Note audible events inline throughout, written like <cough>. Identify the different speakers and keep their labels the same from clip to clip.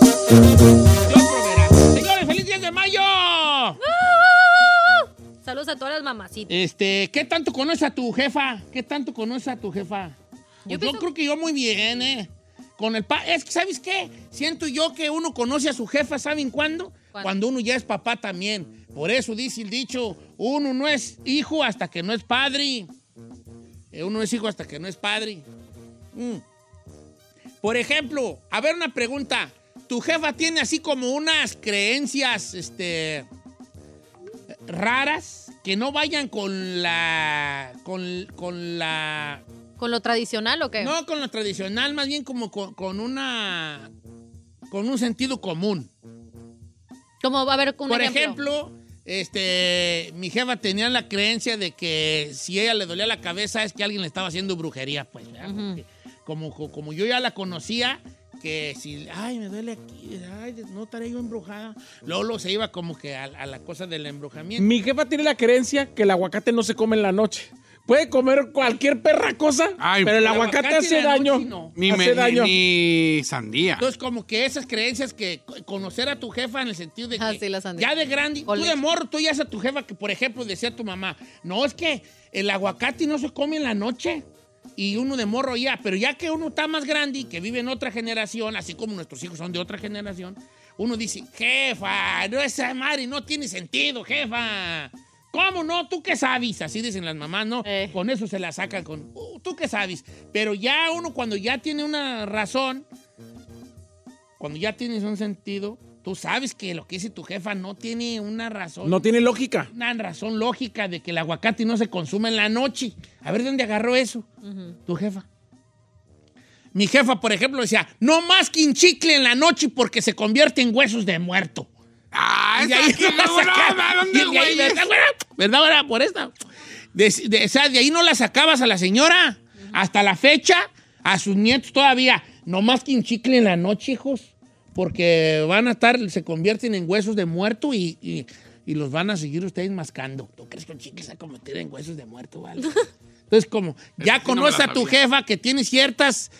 Speaker 1: Dios proveerá. Señores, feliz 10 de mayo. ¡Ah!
Speaker 2: Saludos a todas las mamacitas.
Speaker 1: Este, ¿qué tanto conoces a tu jefa? ¿Qué tanto conoces a tu jefa? Pues yo
Speaker 2: Yo pienso-
Speaker 1: creo que yo muy bien, ¿eh? Con el pa es que, ¿sabes qué? Siento yo que uno conoce a su jefa, ¿saben cuándo?
Speaker 2: ¿Cuándo?
Speaker 1: Cuando uno ya es papá también. Por eso dice el dicho, uno no es hijo hasta que no es padre. Eh, Uno es hijo hasta que no es padre. Mm. Por ejemplo, a ver una pregunta. Tu jefa tiene así como unas creencias, este, raras que no vayan con la, con, con la
Speaker 2: ¿Con lo tradicional o qué?
Speaker 1: no con lo tradicional, más bien como con, con una. con un sentido común.
Speaker 2: ¿Cómo va a haber un
Speaker 1: Por ejemplo, este. Mi jefa tenía la creencia de que si ella le dolía la cabeza es que alguien le estaba haciendo brujería, pues. ¿verdad?
Speaker 2: Ujú.
Speaker 1: Porque como, co- como yo ya la conocía, que si. Ay, me duele aquí. Ay, no estaré yo embrujada. Lolo se iba como que a, a la cosa del embrujamiento.
Speaker 3: Mi jefa tiene la creencia que el aguacate no se come en la noche. Puede comer cualquier perra cosa,
Speaker 4: Ay,
Speaker 3: pero el
Speaker 1: el
Speaker 3: aguacate,
Speaker 1: aguacate
Speaker 3: hace
Speaker 1: en la noche
Speaker 3: daño.
Speaker 1: no.
Speaker 4: Ni,
Speaker 3: hace
Speaker 4: me- ni-
Speaker 3: daño.
Speaker 4: ni sandía.
Speaker 1: Entonces, como que esas creencias que conocer a tu jefa en el sentido de que
Speaker 2: Ah, sí, la sandía.
Speaker 1: ya de grande,
Speaker 2: O
Speaker 1: tú de
Speaker 2: leche.
Speaker 1: morro, tú ya es a tu jefa que, por ejemplo, decía tu mamá, no, es que el aguacate no se come en la noche. Y uno de morro ya, pero ya que uno está más grande y que vive en otra generación, así como nuestros hijos son de otra generación, uno dice, jefa, no es Mari, no tiene sentido, jefa. ¿Cómo no? ¿Tú qué sabes? Así dicen las mamás, ¿no?
Speaker 2: Eh.
Speaker 1: Con eso se la sacan con, "Uh, ¿tú qué sabes? Pero ya uno cuando ya tiene una razón, cuando ya tienes un sentido, tú sabes que lo que dice tu jefa no tiene una razón.
Speaker 3: No tiene lógica.
Speaker 1: una razón lógica de que el aguacate no se consume en la noche. A ver dónde agarró eso,
Speaker 2: Ujú.
Speaker 1: tu jefa. Mi jefa, por ejemplo, decía, no más que un chicle en la noche porque se convierte en huesos de muerto.
Speaker 4: Ah,
Speaker 1: Y de
Speaker 4: esa
Speaker 1: ahí
Speaker 4: que
Speaker 1: no la
Speaker 4: no, no,
Speaker 1: sacaba.
Speaker 4: ¿a
Speaker 1: Y
Speaker 4: dónde,
Speaker 1: de ahí,
Speaker 4: güey?
Speaker 1: ¿Verdad, güera? ¿Verdad, güera? Por esta. De, de- o sea, de ahí no la sacabas a la señora. Hasta la fecha, a sus nietos todavía. No más que un chicle en la noche, hijos. Porque van a estar, se convierten en huesos de muerto y, y- y los van a seguir ustedes mascando. ¿Tú crees que un chicle se va a convertir en huesos de muerto, vale? Entonces, como ya
Speaker 4: sí no me la
Speaker 1: conoces a tu
Speaker 4: sabía.
Speaker 1: jefa que tiene ciertas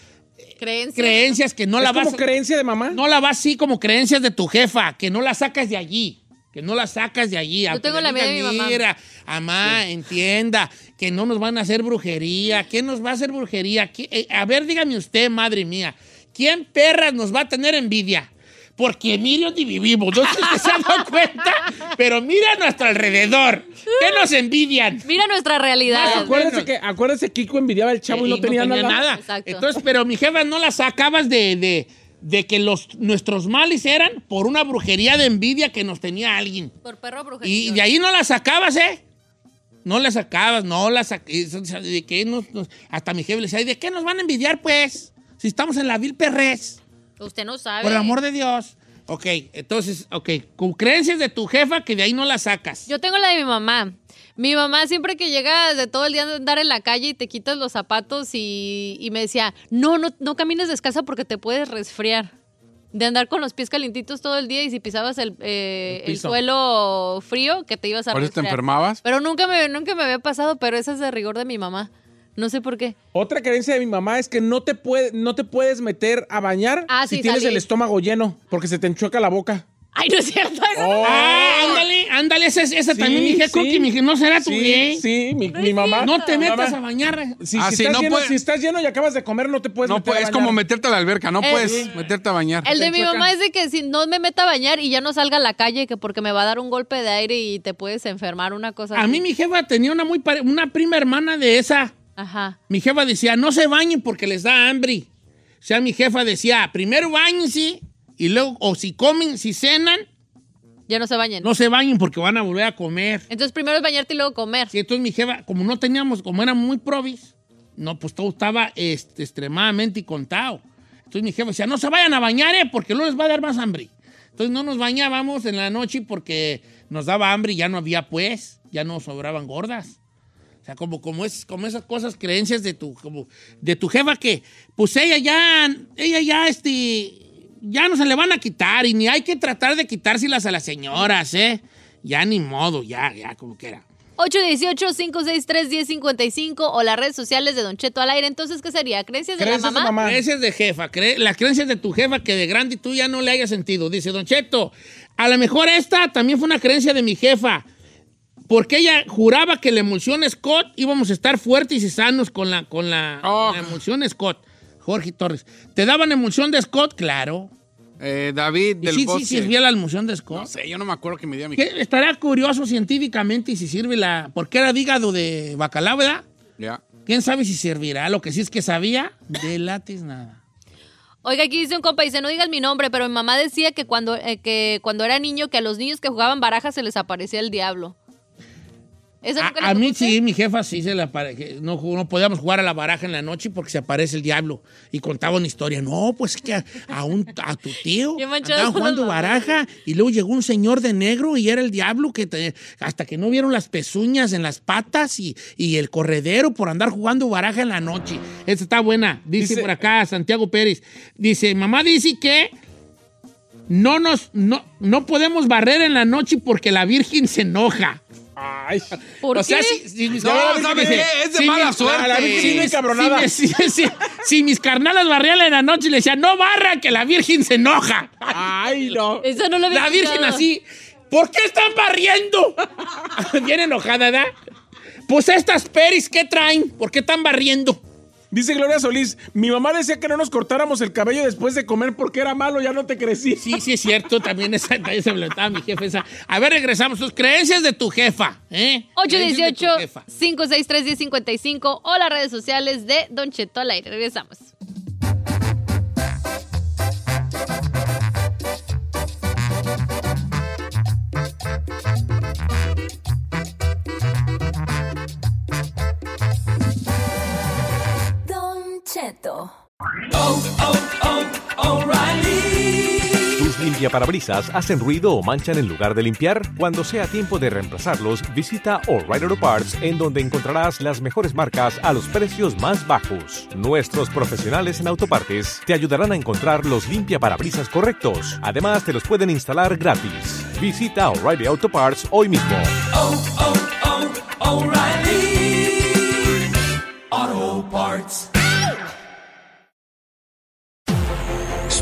Speaker 2: Creencias.
Speaker 1: creencias que no
Speaker 3: es
Speaker 1: la vas
Speaker 3: como
Speaker 1: a
Speaker 3: creencia de mamá.
Speaker 1: no la vas así como creencias de tu jefa, que no la sacas de allí. Que no la sacas de allí. aunque
Speaker 2: tengo
Speaker 1: le
Speaker 2: la mía de
Speaker 1: digas,
Speaker 2: mi mamá.
Speaker 1: Mira, mamá, entienda que no nos van a hacer brujería. ¿Quién nos va a hacer brujería? ¿Qui- eh, a ver, dígame usted, madre mía, ¿quién perras nos va a tener envidia? Porque mire donde vivimos. No sé si usted se ha dado cuenta, pero mira a nuestro alrededor. ¿Qué nos envidian?
Speaker 2: Mira nuestra
Speaker 1: Más
Speaker 2: realidad.
Speaker 1: o menos.
Speaker 3: Acuérdense que, acuérdense que Kiko envidiaba al chavo y, no, tenía, nada.
Speaker 2: Exacto.
Speaker 1: Entonces, pero mi jefa no la sacabas de, de, de que los, nuestros males eran por una brujería de envidia que nos tenía alguien.
Speaker 2: Por perro brujería.
Speaker 1: Y de ahí no la sacabas, ¿eh? No la sacabas, no la sacabas. ¿De qué nos- nos- hasta mi jefe le decía, "¿Y ¿de qué nos van a envidiar, pues? Si estamos en la vil perrez.
Speaker 2: Usted no sabe.
Speaker 1: Por el amor de Dios. Ok, entonces, ok. Con creencias de tu jefa que de ahí no la sacas.
Speaker 2: Yo tengo la de mi mamá. Mi mamá siempre que llega de todo el día a andar en la calle y te quitas los zapatos y, y me decía, no, no, no camines descalza porque te puedes resfriar. De andar con los pies calientitos todo el día y si pisabas el, eh,
Speaker 1: El
Speaker 2: el
Speaker 1: piso.
Speaker 2: suelo frío, que te ibas a
Speaker 4: ¿Por eso te
Speaker 2: resfriar.
Speaker 4: enfermabas?
Speaker 2: Pero nunca me, nunca me había pasado, pero esa es de rigor de mi mamá. No sé por qué.
Speaker 3: Otra creencia de mi mamá es que no te, puede, no te puedes meter a bañar
Speaker 2: Ah,
Speaker 3: si
Speaker 2: sí,
Speaker 3: tienes
Speaker 2: salí.
Speaker 3: el estómago lleno, porque se te enchueca la boca.
Speaker 2: Ay, no es cierto. Eso
Speaker 3: Oh.
Speaker 1: Ah, ándale, ándale, esa, esa
Speaker 3: Sí,
Speaker 1: también, mi jefe, creo
Speaker 3: sí.
Speaker 1: que mi jefe, no será tu
Speaker 3: Sí,
Speaker 1: bien.
Speaker 3: sí, mi, mi mamá.
Speaker 1: No te
Speaker 3: Mi
Speaker 1: metas
Speaker 3: mamá.
Speaker 1: a bañar.
Speaker 3: Si,
Speaker 4: Ah,
Speaker 3: si
Speaker 4: sí,
Speaker 3: estás
Speaker 4: no
Speaker 3: lleno,
Speaker 4: puede-
Speaker 3: si estás lleno y acabas de comer, no te puedes
Speaker 4: No,
Speaker 3: meter a
Speaker 4: pues,
Speaker 3: bañar.
Speaker 4: es como meterte a la alberca, no
Speaker 2: Eh,
Speaker 4: puedes
Speaker 2: sí.
Speaker 4: meterte a bañar.
Speaker 2: El de mi
Speaker 3: Enchueca.
Speaker 2: mamá es de que si no me meta a bañar y ya no salga a la calle, que porque me va a dar un golpe de aire y te puedes enfermar, una cosa
Speaker 1: A
Speaker 2: así.
Speaker 1: mí mi jefa tenía una muy pare- una prima hermana de esa.
Speaker 2: Ajá.
Speaker 1: Mi jefa decía, no se bañen porque les da hambre. O sea, mi jefa decía, primero bañense y luego, o si comen, si cenan,
Speaker 2: Ya no se bañen.
Speaker 1: no se bañen porque van a volver a comer.
Speaker 2: Entonces primero es bañarte y luego comer.
Speaker 1: Sí, entonces mi jefa, como no teníamos, como era muy provis, No, pues todo estaba este, extremadamente contado. Entonces mi jefe decía, no se vayan a bañar, eh, porque luego les va a dar más hambre. Entonces no nos bañábamos en la noche porque nos daba hambre y ya no había pues, ya no sobraban gordas. O sea, como, como, es, como esas cosas, creencias de tu, como, de tu jefa que, pues ella ya, ella ya, este, ya no se le van a quitar y ni hay que tratar de quitárselas a las señoras, ¿eh? Ya ni modo, ya, ya, como que era.
Speaker 2: 818-563-1055 o las redes sociales de Don Cheto al aire. Entonces, ¿qué sería? ¿Creencias de la
Speaker 3: ¿Crees en
Speaker 2: mamá?
Speaker 1: Creencias de jefa, cre- las creencias de tu jefa que de grande tú ya no le hayas sentido. Dice Don Cheto, a lo mejor esta también fue una creencia de mi jefa, porque ella juraba que la emulsión Scott íbamos a estar fuertes y sanos con la, con la,
Speaker 4: Oh.
Speaker 1: con la emulsión Scott. Jorge Torres, ¿te daban emulsión de Scott? Claro.
Speaker 4: Eh, David
Speaker 1: Y
Speaker 4: del
Speaker 1: sí, sí,
Speaker 4: Bosque.
Speaker 1: sirvió la emulsión de Scott.
Speaker 4: No sé, yo no me acuerdo que me dio a mi
Speaker 1: ¿Qué? Estará curioso científicamente y si sirve la... Porque era de hígado de bacalao, ¿verdad?
Speaker 4: Ya.
Speaker 1: ¿Quién sabe si servirá? Lo que sí es que sabía de latis nada.
Speaker 2: Oiga, aquí dice un compa, dice, no digas mi nombre, pero mi mamá decía que cuando, eh, que cuando era niño, que a los niños que jugaban barajas se les aparecía el diablo. ¿Eso nunca
Speaker 1: A,
Speaker 2: le
Speaker 1: a mí
Speaker 2: tocó a
Speaker 1: sí,
Speaker 2: usted?
Speaker 1: mi jefa sí se la apare- que no, ju- no podíamos jugar a la baraja en la noche porque se aparece el diablo. Y contaba una historia. No, pues que a, a un, a tu tío
Speaker 2: Bien manchado
Speaker 1: andaban
Speaker 2: con
Speaker 1: jugando
Speaker 2: la
Speaker 1: baraja y luego llegó un señor de negro y era el diablo que te- hasta que no vieron las pezuñas en las patas y, y el corredero por andar jugando baraja en la noche. Esta está buena. Dice,
Speaker 3: Dice-
Speaker 1: por acá Santiago Pérez. Dice, mamá dice que no nos no, no podemos barrer en la noche porque la Virgen se enoja.
Speaker 3: Ay.
Speaker 2: ¿Por
Speaker 1: o sea,
Speaker 2: qué?
Speaker 1: si, si mis
Speaker 4: No,
Speaker 1: carnales-
Speaker 4: ¿sabes
Speaker 1: si-
Speaker 4: qué? Es de
Speaker 1: si
Speaker 4: mala
Speaker 1: mis-
Speaker 4: suerte.
Speaker 3: a la vez sí, no encabronada.
Speaker 1: Si, mis- <laughs> si- si mis carnalas barrían en la noche y le decían, no barra, que la Virgen se enoja.
Speaker 3: Ay, no.
Speaker 2: Eso no lo había
Speaker 1: La Virgen
Speaker 2: escuchado.
Speaker 1: así, ¿por qué están barriendo? <laughs> Bien enojada, ¿verdad? Pues estas peris, ¿qué traen? ¿Por qué están barriendo?
Speaker 3: Dice Gloria Solís, mi mamá decía que no nos cortáramos el cabello después de comer porque era malo, ya no te crecí.
Speaker 1: Sí, sí es cierto, también esa, también se me levantaba mi jefe esa. A ver, regresamos, tus creencias de tu jefa, ¿eh? Creencias de tu jefa.
Speaker 2: 818-563-1055 o las redes sociales de Don Cheto al aire. Regresamos.
Speaker 5: Don Cheto.
Speaker 6: ¿Tus limpiaparabrisas hacen ruido o manchan en lugar de limpiar? Cuando sea tiempo de reemplazarlos, visita O'Reilly Auto Parts en donde encontrarás las mejores marcas a los precios más bajos. Nuestros profesionales en autopartes te ayudarán a encontrar los limpiaparabrisas correctos. Además, te los pueden instalar gratis. Visita O'Reilly Auto Parts hoy mismo.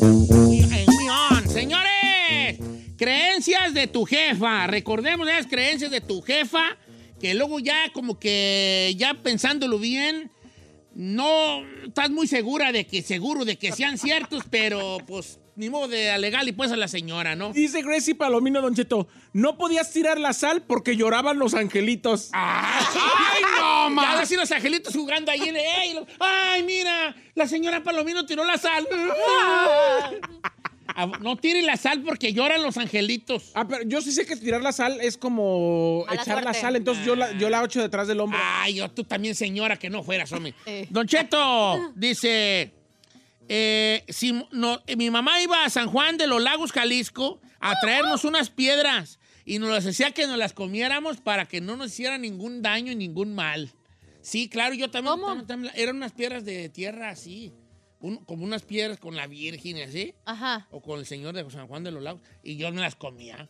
Speaker 1: en Unión. Señores, creencias de tu jefa. Recordemos esas creencias de tu jefa que luego ya como que ya pensándolo bien, no estás muy segura de que seguro de que sean ciertos, pero pues ni modo de alegarle pues a la señora, ¿no?
Speaker 3: <laughs> Dice Gracie Palomino Don Cheto, no podías tirar la sal porque lloraban los angelitos.
Speaker 1: Ah. ¡Ay, <laughs> no, man! Ahora sí los angelitos jugando ahí. en- ¡Ey! lo- ¡Ay, mira! La señora Palomino tiró la <laughs> sal. Ah, No tire la sal porque lloran los angelitos.
Speaker 3: Ah, pero yo sí sé que tirar la sal es como
Speaker 2: Mala
Speaker 3: echar la
Speaker 2: suerte. Ah.
Speaker 3: sal, entonces yo la, yo la ocho detrás del hombro.
Speaker 1: Ay, yo tú también, señora, que no fueras, hombre.
Speaker 2: <laughs> Eh.
Speaker 1: Don Cheto dice: eh, si no- eh, Mi mamá iba a San Juan de los Lagos, Jalisco, a traernos unas piedras y nos las decía que nos las comiéramos para que no nos hiciera ningún daño y ningún mal. Sí, claro, yo también.
Speaker 2: ¿Cómo?
Speaker 1: también- también- eran unas piedras de tierra así, un- como unas piedras con la Virgen y así,
Speaker 2: Ajá.
Speaker 1: o con el Señor de San Juan de los Lagos, y yo me las comía.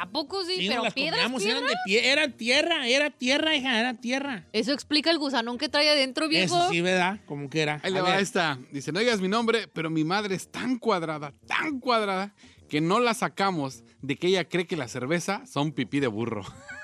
Speaker 2: ¿A poco sí?
Speaker 1: Y nos
Speaker 2: ¿Pero
Speaker 1: las
Speaker 2: piedras,
Speaker 1: comíamos,
Speaker 2: piedras?
Speaker 1: eran de pie, era tierra, era tierra, hija, era tierra.
Speaker 2: Eso explica el gusanón que trae adentro, viejo.
Speaker 1: Eso sí, ¿verdad? Como que era.
Speaker 4: Ahí
Speaker 1: A
Speaker 4: le va
Speaker 1: ver.
Speaker 4: esta. Dice, no digas mi nombre, pero mi madre es tan cuadrada, tan cuadrada, que no la sacamos de que ella cree que la cerveza son pipí de burro. <laughs>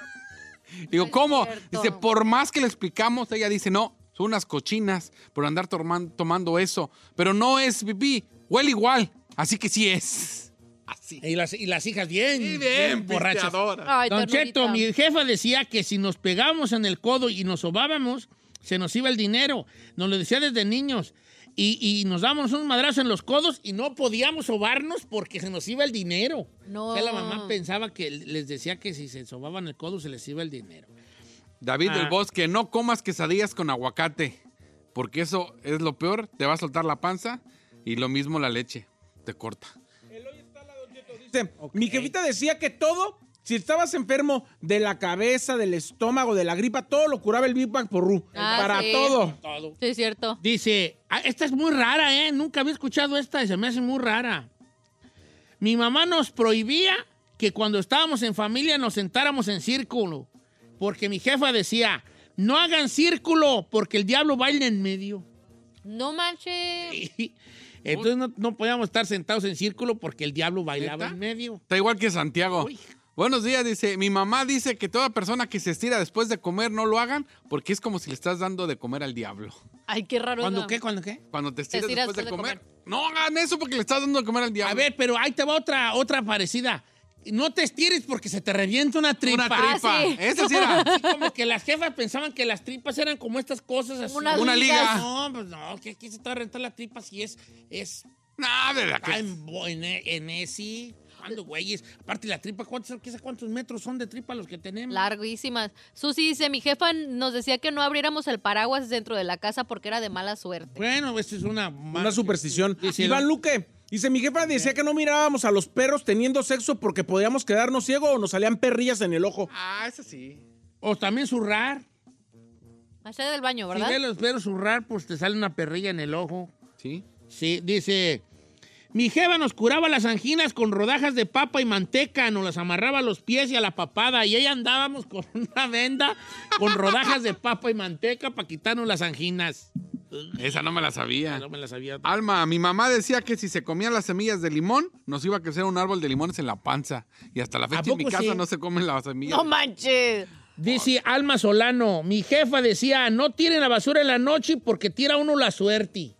Speaker 4: Digo,
Speaker 2: es
Speaker 4: ¿cómo?
Speaker 2: cierto.
Speaker 4: Dice, por más que le explicamos, ella dice, no, son unas cochinas por andar torman- tomando eso. Pero no es pipí, Huele igual, así que sí es. Así.
Speaker 1: Y las, y las hijas bien,
Speaker 4: Y
Speaker 1: bien borrachas.
Speaker 4: pisteadora.
Speaker 2: Ay,
Speaker 1: Don
Speaker 2: ternurita.
Speaker 1: Cheto, mi jefa decía que si nos pegábamos en el codo y nos sobábamos, se nos iba el dinero. Nos lo decía desde niños. Y, y nos dábamos un madrazo en los codos y no podíamos sobarnos porque se nos iba el dinero.
Speaker 2: No.
Speaker 1: O sea, la mamá pensaba que les decía que si se sobaban el codo se les iba el dinero.
Speaker 4: David
Speaker 1: Ah.
Speaker 4: del Bosque, no comas quesadillas con aguacate, porque eso es lo peor, te va a soltar la panza y lo mismo la leche, te corta.
Speaker 3: Dice, mi jefita decía que todo, si estabas enfermo de la cabeza, del estómago, de la gripa, todo lo curaba el Big Bang Porru.
Speaker 2: Ah,
Speaker 3: para
Speaker 2: sí.
Speaker 3: todo.
Speaker 1: Todo.
Speaker 2: Sí, es cierto.
Speaker 1: Dice, ah, esta es muy rara, ¿eh? Nunca había escuchado esta y se me hace muy rara. Mi mamá nos prohibía que cuando estábamos en familia nos sentáramos en círculo, porque mi jefa decía, no hagan círculo porque el diablo baila en medio.
Speaker 2: No manches.
Speaker 1: Entonces no, no podíamos estar sentados en círculo porque el diablo bailaba
Speaker 4: ¿Neta?
Speaker 1: en medio.
Speaker 4: Está igual que Santiago.
Speaker 1: Uy.
Speaker 4: Buenos días, dice, mi mamá dice que toda persona que se estira después de comer no lo hagan porque es como si le estás dando de comer al diablo.
Speaker 2: Ay, qué raro.
Speaker 1: ¿Cuándo
Speaker 2: ¿no?
Speaker 1: qué? ¿Cuándo qué?
Speaker 4: Cuando te estiras,
Speaker 2: estiras
Speaker 4: Pues después, de,
Speaker 2: después de
Speaker 4: comer, no hagan eso porque le estás dando de comer al diablo.
Speaker 1: A ver, pero ahí te va otra, otra parecida. No te estires porque se te revienta una tripa.
Speaker 4: una tripa.
Speaker 2: Ah, sí.
Speaker 4: Esa sí
Speaker 2: <laughs>
Speaker 4: era.
Speaker 1: Así como que las jefas pensaban que las tripas eran como estas cosas así.
Speaker 2: Unas
Speaker 4: Una ligas. liga.
Speaker 1: No, pues no, que aquí se te va a rentar la tripa si es, es
Speaker 4: Nah, de la
Speaker 1: acá
Speaker 4: que-
Speaker 1: en, Bo- en, E, en ese. ¿Cuándo, güeyes? Aparte la tripa, ¿cuántos, qué sé cuántos metros son de tripa los que tenemos?
Speaker 2: Larguísimas. Susi dice, mi jefa nos decía que no abriéramos el paraguas dentro de la casa porque era de mala suerte.
Speaker 1: Bueno, esto es una...
Speaker 3: Una superstición.
Speaker 1: Dice,
Speaker 3: Iván Luque. Dice, mi jefa decía que no mirábamos a los perros teniendo sexo porque podíamos quedarnos ciegos o nos salían perrillas en el ojo.
Speaker 4: Ah, esa sí.
Speaker 1: O también zurrar.
Speaker 2: Allá del baño, ¿verdad?
Speaker 1: Si ves los perros zurrar, pues te sale una perrilla en el ojo.
Speaker 4: Sí.
Speaker 1: Sí, dice. Mi jeva nos curaba las anginas con rodajas de papa y manteca, nos las amarraba a los pies y a la papada, y ahí andábamos con <laughs> una venda con rodajas de papa y manteca para quitarnos las anginas.
Speaker 4: Esa no me la sabía.
Speaker 1: No me las había.
Speaker 4: Alma, mi mamá decía que si se comían las semillas de limón, nos iba a crecer un árbol de limones en la panza. Y hasta la fecha en mi
Speaker 1: poco
Speaker 4: casa
Speaker 1: sí?
Speaker 4: no se comen las semillas.
Speaker 2: No manches.
Speaker 1: Dice Alma Solano, mi jefa decía, no tiren la basura en la noche porque tira uno la suerte.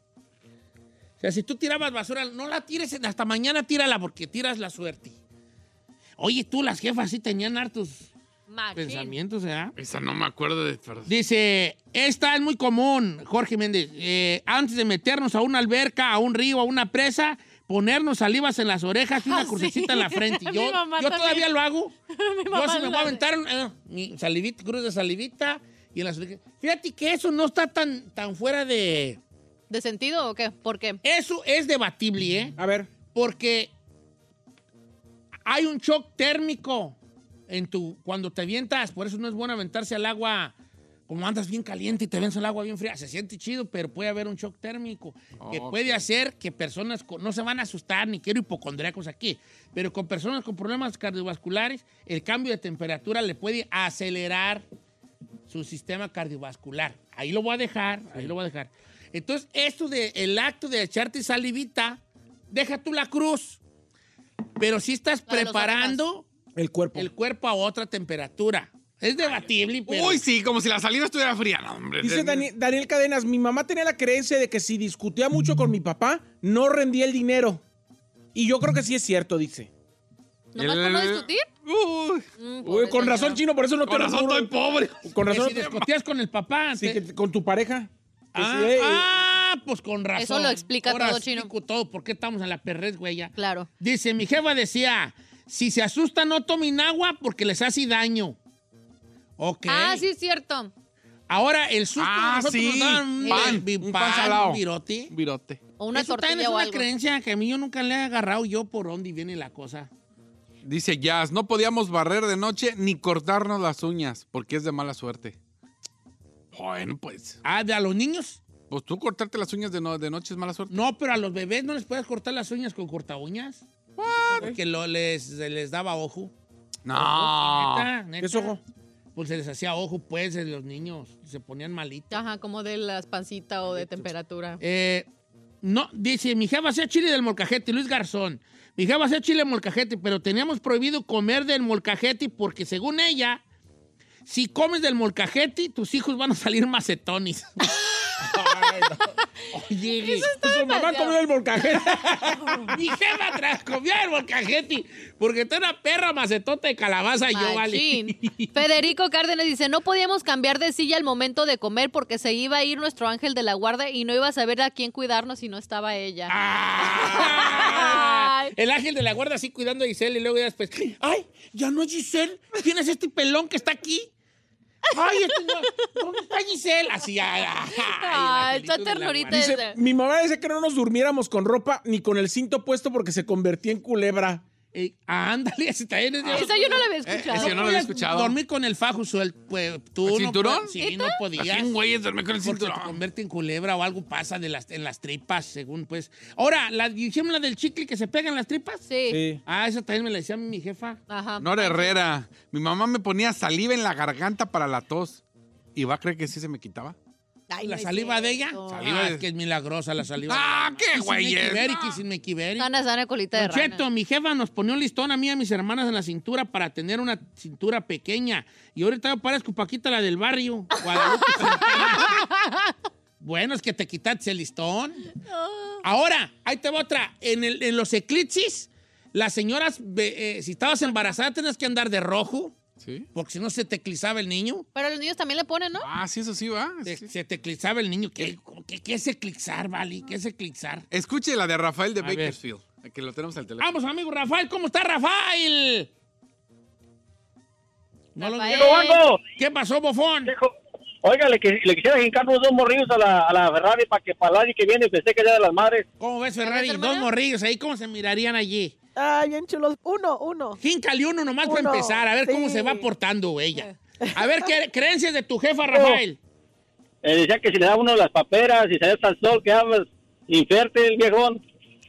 Speaker 1: O sea, si tú tirabas basura, no la tires, en- hasta mañana tírala porque tiras la suerte. Oye, tú las jefas sí tenían hartos
Speaker 2: Machín.
Speaker 1: pensamientos, ¿eh? ¿verdad?
Speaker 4: Esa no me acuerdo de... pero-
Speaker 1: Dice, esta es muy común, Jorge Méndez. eh, antes de meternos a una alberca, a un río, a una presa, ponernos salivas en las orejas y una
Speaker 2: <laughs> Ah, sí.
Speaker 1: crucecita en la frente.
Speaker 2: <laughs> Mi
Speaker 1: Yo,
Speaker 2: mamá
Speaker 1: yo
Speaker 2: también.
Speaker 1: todavía lo hago.
Speaker 2: <laughs> Mi
Speaker 1: yo
Speaker 2: mamá
Speaker 1: si me voy
Speaker 2: lo
Speaker 1: a
Speaker 2: hace.
Speaker 1: aventar eh, mi salivita, cruz de salivita y en las orejas. Fíjate que eso no está tan, tan fuera de...
Speaker 2: ¿De sentido o qué? ¿Por qué?
Speaker 1: Eso es debatible, ¿eh?
Speaker 3: A ver,
Speaker 1: Porque hay un shock térmico en tu cuando te avientas, por eso no es bueno aventarse al agua como andas bien caliente y te aventas al agua bien fría, se siente chido, pero puede haber un shock térmico que
Speaker 4: Ok.
Speaker 1: puede hacer que personas con- no se van a asustar, ni quiero hipocondríacos aquí, pero con personas con problemas cardiovasculares, el cambio de temperatura le puede acelerar su sistema cardiovascular. Ahí lo voy a dejar, ahí lo voy a dejar. Entonces, esto de el acto de echarte salivita, deja tú la cruz, pero si estás
Speaker 2: La de los
Speaker 1: preparando
Speaker 3: el cuerpo.
Speaker 1: el cuerpo a otra temperatura. Es debatible, pero...
Speaker 4: Uy, sí, como si la saliva estuviera fría. No, hombre.
Speaker 3: Dice
Speaker 4: Ten-
Speaker 3: Dani- Daniel Cadenas, mi mamá tenía la creencia de que si discutía mucho con mi papá, no rendía el dinero. Y yo creo que sí es cierto, dice.
Speaker 2: ¿Nomás por no discutir?
Speaker 4: Uy,
Speaker 2: Mm,
Speaker 3: Uy,
Speaker 2: pobre
Speaker 3: con razón,
Speaker 2: señora.
Speaker 3: chino, por eso no te
Speaker 4: con razón
Speaker 3: renduro.
Speaker 4: estoy pobre.
Speaker 3: Con
Speaker 1: Que
Speaker 3: razón.
Speaker 1: si discutías con el papá...
Speaker 3: Sí,
Speaker 1: te-
Speaker 3: que con tu pareja. Que
Speaker 1: Ah,
Speaker 3: sí, ey,
Speaker 1: ah, pues con razón.
Speaker 2: eh. Eso lo explica
Speaker 1: Ahora
Speaker 2: todo, Chino.
Speaker 1: explico todo, ¿por qué estamos en la perrez, güey? ya?
Speaker 2: Claro.
Speaker 1: Dice, mi jefa decía, si se asustan no tomen agua porque les hace daño. Ok.
Speaker 2: Ah, sí es cierto.
Speaker 1: Ahora, el susto de
Speaker 4: Ah,
Speaker 1: nosotros
Speaker 4: sí.
Speaker 1: nos daban un
Speaker 4: Pan,
Speaker 1: vi-
Speaker 4: un
Speaker 1: pan,
Speaker 4: pan salado.
Speaker 1: un virote.
Speaker 4: Virote.
Speaker 2: O una
Speaker 1: Eso también
Speaker 2: tortilla
Speaker 1: es
Speaker 2: o
Speaker 1: una
Speaker 2: algo.
Speaker 1: creencia que a mí yo nunca le he agarrado yo por dónde viene la cosa.
Speaker 4: Dice Jazz, no podíamos barrer de noche ni cortarnos las uñas porque es de mala suerte. Bueno, pues.
Speaker 1: Ah, ¿de a los niños?
Speaker 4: Pues tú cortarte las uñas de, no- de noche es mala suerte.
Speaker 1: No, pero a los bebés no les puedes cortar las uñas con corta uñas. Porque lo, les, les daba ojo.
Speaker 4: No.
Speaker 1: Neta, neta.
Speaker 3: ¿Qué es ojo?
Speaker 1: Pues se les hacía ojo, pues, de los niños. Se ponían malitos.
Speaker 2: Ajá, como de las pancitas o de temperatura.
Speaker 1: Eh, no, dice, mi jefa hacía chile del molcajete, Luis Garzón. Mi jefa hacía chile del molcajete, pero teníamos prohibido comer del molcajete porque según <laughs> ella, si comes del molcajete, tus hijos van a salir macetones. Ay, no. Oye, pues,
Speaker 3: Su mamá
Speaker 2: demasiado.
Speaker 3: comió el volcajete.
Speaker 1: mi jefa tras comió el volcajete porque está una perra macetota de calabaza y yo, vale.
Speaker 2: Machín.
Speaker 1: <laughs>
Speaker 2: Federico Cárdenas dice, no podíamos cambiar de silla al momento de comer porque se iba a ir nuestro ángel de la guarda y no iba a saber a quién cuidarnos si no estaba ella.
Speaker 1: Ah.
Speaker 2: Ay.
Speaker 1: El ángel de la guarda así cuidando a Giselle y luego ya después, ay, ya no es Giselle, ¿quién es este pelón que está aquí? Ay, este no- ¿dónde está Giselle? Así, ah, ay,
Speaker 2: Ay,
Speaker 1: el angelito
Speaker 2: está
Speaker 1: de la
Speaker 2: ternurita
Speaker 1: guarda.
Speaker 3: Dice,
Speaker 2: Desde-
Speaker 3: mi mamá decía que no nos durmiéramos con ropa ni con el cinto puesto porque se convertía en culebra.
Speaker 1: Eh, ándale, ese también es de-
Speaker 2: Esa yo no la había
Speaker 4: Eh,
Speaker 2: escuchado.
Speaker 4: ese yo no lo había escuchado.
Speaker 1: Dormir con el fajo suelto. Pues, tú
Speaker 4: ¿El
Speaker 1: no
Speaker 4: cinturón?
Speaker 1: puedes- sí, no podías.
Speaker 4: ¿Quién, güey, duerme con el
Speaker 1: Porque te
Speaker 4: cinturón?
Speaker 1: convierte en culebra o algo pasa de las, en las tripas, según pues. Ahora, la, ¿hicieron la del chicle que se pega en las tripas?
Speaker 2: Sí.
Speaker 3: Sí.
Speaker 1: Ah, eso también me la decía mi jefa.
Speaker 2: Ajá.
Speaker 4: Nora Herrera, mi mamá me ponía saliva en la garganta para la tos. ¿Y va a creer que sí se me quitaba?
Speaker 2: Ay,
Speaker 1: ¿La
Speaker 2: no es
Speaker 1: saliva de ella?
Speaker 2: cierto.
Speaker 4: Saliva
Speaker 1: Ah,
Speaker 4: de-
Speaker 1: es que es milagrosa la saliva.
Speaker 4: Ah, qué güey es,
Speaker 1: Kissing
Speaker 4: no.
Speaker 1: Kissing me equivere.
Speaker 2: Sana, sana, colita de
Speaker 1: Don
Speaker 2: rana.
Speaker 1: Cheto, mi jefa nos ponía un listón a mí y a mis hermanas en la cintura para tener una cintura pequeña. Y ahorita yo parezco Paquita, la del barrio. Guadalupe <laughs> Santana. bueno, es que te quitaste el listón. Ahora, ahí te va otra. En, el- en los eclipses, las señoras, ve- eh, si estabas embarazada, tenías que andar de rojo,
Speaker 4: ¿Sí?
Speaker 1: porque si no se te eclizaba el niño.
Speaker 2: Pero los niños también le ponen, ¿no?
Speaker 4: Ah, sí, eso sí va.
Speaker 1: Se,
Speaker 4: Sí.
Speaker 1: se te eclizaba el niño. ¿Qué, qué- qué es eclipsar, Vali? ¿Qué es eclipsar?
Speaker 4: Escuche la de Rafael de
Speaker 1: A ver.
Speaker 4: Bakersfield, que lo tenemos al teléfono.
Speaker 1: Vamos, amigo Rafael, ¿cómo está Rafael? No lo
Speaker 2: Rafael.
Speaker 1: entiendo.
Speaker 5: ¡Ando!
Speaker 1: ¿Qué pasó, bofón?
Speaker 5: Dijo, Oiga, le, qui- le quisiera hincar unos dos morrillos a la, a la Ferrari para que para el año que viene pensé que era de las madres.
Speaker 1: ¿Cómo ves, Ferrari?
Speaker 2: ¿Ya ves,
Speaker 1: Dos
Speaker 2: hermano?
Speaker 1: morrillos ahí, ¿cómo se mirarían allí?
Speaker 7: Ay, bien chulos. Uno, uno.
Speaker 1: Híncale uno nomás para
Speaker 7: Uno,
Speaker 1: empezar, a ver cómo
Speaker 7: sí.
Speaker 1: se va portando
Speaker 5: <laughs>
Speaker 1: ella. A ver, ¿qué creencias de tu jefa, Rafael?
Speaker 5: Eh, decía que si le da uno las paperas y se da al sol, que hablas infértil, viejón.
Speaker 1: Ah,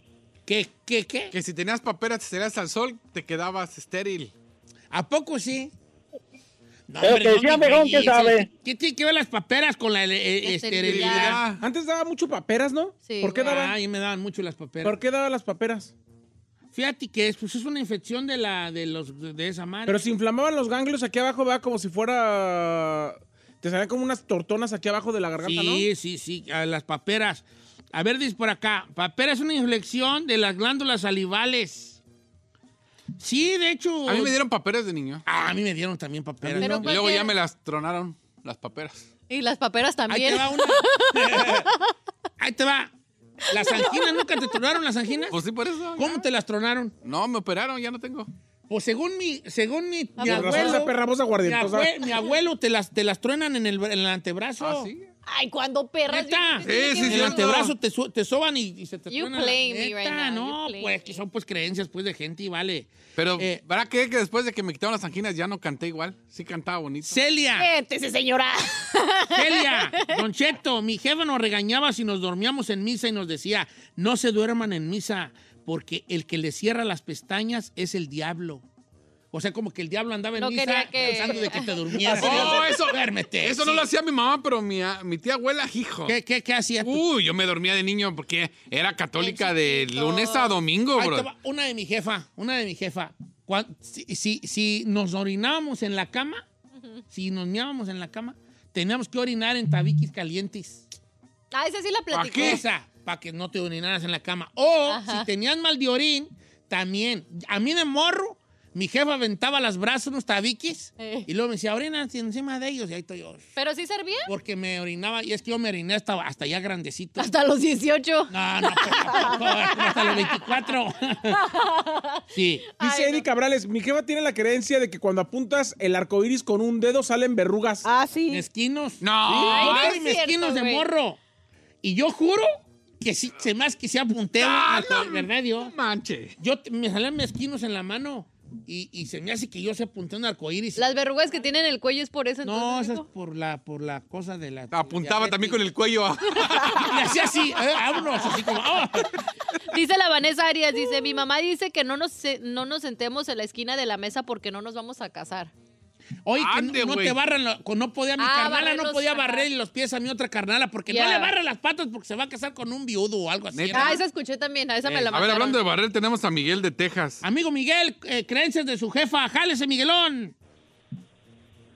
Speaker 1: ¿Qué, qué, qué?
Speaker 4: Que si tenías paperas, te salías al sol, te quedabas estéril.
Speaker 1: ¿A poco sí? No,
Speaker 5: Pero que decía,
Speaker 1: me
Speaker 5: mejor,
Speaker 1: güeyes,
Speaker 5: ¿quién sabe?
Speaker 1: ¿Qué, qué tiene que ver las paperas con la eh, eh,
Speaker 2: Esterilidad.
Speaker 1: esterilidad?
Speaker 4: Ah,
Speaker 3: Antes daba mucho paperas, ¿no?
Speaker 2: Sí,
Speaker 3: ¿Por qué
Speaker 2: güey.
Speaker 3: daba?
Speaker 1: Ay, me daban mucho las paperas.
Speaker 3: ¿Por qué daba las paperas?
Speaker 1: Fíjate que es, pues, es una infección de, la, de, los, de esa madre.
Speaker 3: Pero se inflamaban los ganglios aquí abajo, va como si fuera. Te salían como unas tortonas aquí abajo de la garganta,
Speaker 1: Sí, sí, sí, a las paperas. A ver, dice por acá, papera es una inflexión de las glándulas salivales. Sí, de hecho.
Speaker 4: a mí me dieron paperas de niño.
Speaker 1: Ah, a mí me dieron también paperas.
Speaker 2: Pero
Speaker 4: Y
Speaker 2: ¿cuál
Speaker 4: luego
Speaker 2: era?
Speaker 4: ya me las tronaron, las paperas.
Speaker 2: Y las paperas
Speaker 1: Ahí te
Speaker 2: también.
Speaker 1: va una. Ahí te va. ¿Las anginas nunca te tronaron las anginas?
Speaker 4: Pues sí, por eso.
Speaker 1: ¿Cómo
Speaker 4: ya.
Speaker 1: te las tronaron?
Speaker 4: No, me operaron, ya no tengo.
Speaker 1: Pues según mi, según mi, mi
Speaker 3: ¿no? Con razón, esa
Speaker 1: abuelo.
Speaker 3: perra voz
Speaker 1: Mi,
Speaker 3: aguardientosa.
Speaker 1: abue- mi abuelo te las, te las truenan en el, en el antebrazo.
Speaker 4: ¿Ah, sí?
Speaker 2: Ay, cuando perras.
Speaker 1: ¿Neta?
Speaker 2: yo- yo-
Speaker 4: Sí, sí,
Speaker 1: en
Speaker 4: sí.
Speaker 1: el
Speaker 4: cierto.
Speaker 1: antebrazo te, su- te soban y, y se te
Speaker 2: You
Speaker 1: truena la-
Speaker 2: play me right now,
Speaker 1: Neta, No,
Speaker 2: you play
Speaker 1: pues
Speaker 2: me.
Speaker 1: que son pues creencias pues de gente y vale.
Speaker 4: Pero,
Speaker 1: Eh,
Speaker 4: ¿para qué? Que después de que me quitaron las anginas ya no canté igual. Sí cantaba bonito.
Speaker 1: Celia,
Speaker 2: Siéntese, señora.
Speaker 1: Celia, Don Cheto, mi jefa nos regañaba si nos dormíamos en misa y nos decía, no se duerman en misa porque el que le cierra las pestañas es el diablo. O sea, como que el diablo andaba en
Speaker 2: No
Speaker 1: misa
Speaker 2: quería que-
Speaker 1: pensando de que te
Speaker 4: <laughs>
Speaker 1: durmieras.
Speaker 4: Oh, eso-
Speaker 1: duérmete.
Speaker 4: Eso no
Speaker 1: sí.
Speaker 4: lo hacía mi mamá, pero mi, ah, mi tía abuela, hijo.
Speaker 1: ¿Qué, qué, qué hacía tú?
Speaker 4: Uy, yo me dormía de niño porque era católica de
Speaker 2: chiquito.
Speaker 4: lunes a domingo,
Speaker 1: Ahí te
Speaker 4: bro.
Speaker 1: va, Una de mi jefa, una de mi jefa. Cuan- Si, si- si nos orinábamos en la cama, si nos miábamos en la cama, teníamos que orinar en tabiquis calientes.
Speaker 2: Ah, esa sí la
Speaker 4: ¿Para
Speaker 2: platicó.
Speaker 4: qué?
Speaker 1: Esa, para que no te orinaras en la cama. O
Speaker 2: Ajá.
Speaker 1: si tenías mal de orín, también. A mí de morro, mi jefa aventaba las brazos unos tabiquis
Speaker 2: Eh.
Speaker 1: y luego me decía, orina encima de ellos. Y ahí estoy yo.
Speaker 2: ¿Pero sí servía?
Speaker 1: Porque me orinaba, y es que yo me oriné hasta, hasta ya grandecito.
Speaker 2: <laughs>
Speaker 1: Ah,
Speaker 2: Hasta los 18.
Speaker 1: No, no, tampoco, <laughs> hasta los 24. sí.
Speaker 3: Dice Eddie Cabrales, mi jefa tiene la creencia de que cuando apuntas el arco iris con un dedo salen verrugas.
Speaker 7: Ah, sí.
Speaker 1: Mezquinos.
Speaker 4: No.
Speaker 2: Ay,
Speaker 1: Ay, y
Speaker 2: no es cierto,
Speaker 1: mezquinos de
Speaker 2: güey.
Speaker 1: morro. Y yo juro que sí, se más que se apunté.
Speaker 4: Ah,
Speaker 1: hasta-
Speaker 4: no.
Speaker 1: ¿Verdad, Dios?
Speaker 4: No manche.
Speaker 1: Yo te- me salían mezquinos en la mano y, y se me hace que yo se apunté un arcoíris.
Speaker 2: Las verrugas que tienen en el cuello es por eso.
Speaker 1: no,
Speaker 2: Entonces,
Speaker 1: eso es
Speaker 2: hijo.
Speaker 1: por la, por la cosa de la.
Speaker 4: Apuntaba también con el cuello.
Speaker 1: <laughs> Le hacía así, eh, a unos, así como. ah.
Speaker 2: Dice la Vanessa Arias, dice, mi mamá dice que no nos, se- no nos sentemos en la esquina de la mesa porque no nos vamos a casar.
Speaker 1: Oye, que no-
Speaker 4: Ande,
Speaker 1: no,
Speaker 4: güey.
Speaker 1: te barran, lo- con- no podía mi
Speaker 2: Ah,
Speaker 1: carnala,
Speaker 2: barrer
Speaker 1: no
Speaker 2: los-
Speaker 1: podía
Speaker 2: ajá.
Speaker 1: barrer los pies a mi otra carnala porque no
Speaker 2: Ya.
Speaker 1: le barra las patas porque se va a casar con un viudo o algo así.
Speaker 4: Neta.
Speaker 1: ¿no?
Speaker 2: Ah, esa escuché también, a esa me la
Speaker 4: Eh, A ver,
Speaker 2: mandaron.
Speaker 4: hablando de barrer, tenemos a Miguel de Texas.
Speaker 1: Amigo Miguel, eh, creencias de su jefa, jálese Miguelón.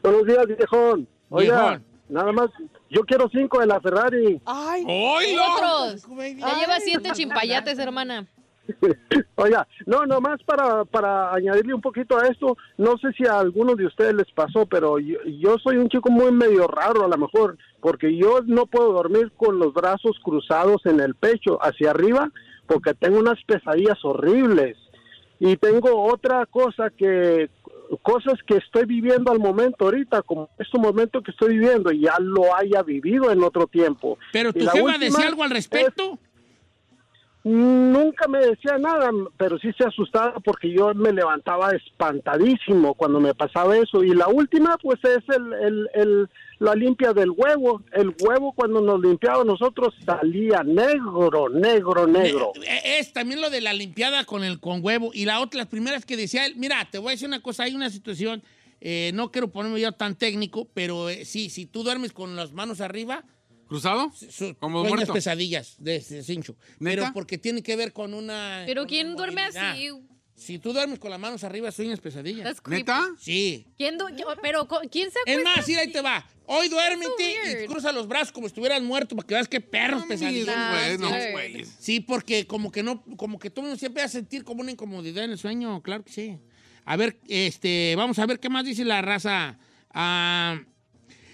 Speaker 5: Buenos días, viejón. Oiga,
Speaker 1: Viejón.
Speaker 5: nada más Yo quiero cinco de la Ferrari.
Speaker 7: Ay,
Speaker 2: Nosotros.
Speaker 1: ¡Oilo!
Speaker 2: Ya lleva siete chimpayates, hermana.
Speaker 5: <laughs> Oiga, no, nomás para, para añadirle un poquito a esto, no sé si a algunos de ustedes les pasó, pero yo, yo soy un chico muy medio raro a lo mejor, porque yo no puedo dormir con los brazos cruzados en el pecho hacia arriba, porque tengo unas pesadillas horribles. Y tengo otra cosa que, cosas que estoy viviendo al momento ahorita, como este momento que estoy viviendo, y ya lo haya vivido en otro tiempo.
Speaker 1: Pero
Speaker 5: Y
Speaker 1: tu
Speaker 5: la
Speaker 1: jefa
Speaker 5: última
Speaker 1: decía algo al
Speaker 5: es-
Speaker 1: respecto.
Speaker 5: Nunca me decía nada, pero sí se asustaba porque yo me levantaba espantadísimo cuando me pasaba eso. Y la última, pues, es el, el- el- la limpia del huevo. El huevo, cuando nos limpiaba nosotros, salía negro, negro, negro.
Speaker 1: Eh, eh, Es también lo de la limpiada con el con huevo. Y la otra, las primeras que decía él, mira, te voy a decir una cosa, hay una situación, eh, no quiero ponerme yo tan técnico, pero eh, sí, si tú duermes con las manos arriba,
Speaker 4: ¿Cruzado?
Speaker 1: su-
Speaker 4: Como
Speaker 1: sueñas
Speaker 4: muerto.
Speaker 1: pesadillas de, de cincho.
Speaker 4: ¿Neta?
Speaker 1: Pero porque tiene que ver con una...
Speaker 2: Pero
Speaker 1: con
Speaker 2: ¿quién
Speaker 1: una
Speaker 2: duerme
Speaker 1: movilidad.
Speaker 2: así?
Speaker 1: Si tú duermes con las manos arriba, sueñas pesadillas.
Speaker 2: That's creepy.
Speaker 4: ¿Neta?
Speaker 1: Sí.
Speaker 2: ¿Quién du- yo- Pero, co- ¿quién se
Speaker 1: Es
Speaker 2: acuesta
Speaker 1: más, mira, ahí te va. Hoy duérmete y
Speaker 2: pues, weird.
Speaker 1: cruza los brazos como si estuvieras muerto para que veas qué perros
Speaker 4: Mis
Speaker 1: pesadillas.
Speaker 4: güey, no,
Speaker 2: sí.
Speaker 4: güey.
Speaker 1: Sí, porque como que no, como que tú siempre vas a sentir como una incomodidad en el sueño, claro que sí. A ver, este, vamos a ver qué más dice la raza. Ah,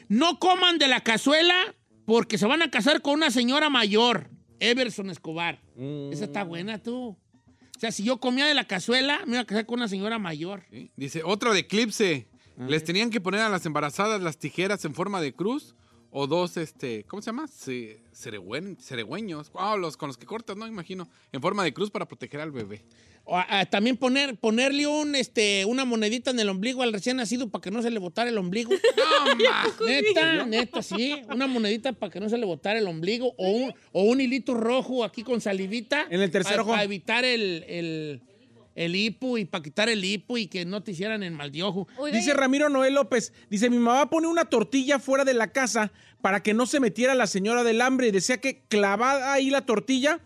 Speaker 1: no coman de la cazuela porque se van a casar con una señora mayor, Everson Escobar. Esa
Speaker 4: Mm.
Speaker 1: está buena tú. O sea, si yo comía de la cazuela, me iba a casar con una señora mayor.
Speaker 4: Sí. Dice, otra de Eclipse.
Speaker 1: Ah,
Speaker 4: ¿Les tenían que poner a las embarazadas las tijeras en forma de cruz? O dos, este, ¿cómo se llama? Ce- ceregüen- ceregüeños. Ah, los con los que cortas, ¿no? Imagino. En forma de cruz para proteger al bebé.
Speaker 1: O, ah, también poner, ponerle un, este, una monedita en el ombligo al recién nacido para que no se le botara el ombligo.
Speaker 4: ¡No, ma!
Speaker 1: Neta, neta, sí. Una monedita para que no se le botara el ombligo o un, o un hilito rojo aquí con salivita.
Speaker 3: En el tercer ojo.
Speaker 1: Para evitar el, el, el hipo y para quitar el hipo y que no te hicieran el mal de ojo.
Speaker 2: Oiga,
Speaker 3: Dice Ramiro Noé López, dice, mi mamá pone una tortilla fuera de la casa para que no se metiera la señora del hambre y decía que clavada ahí la tortilla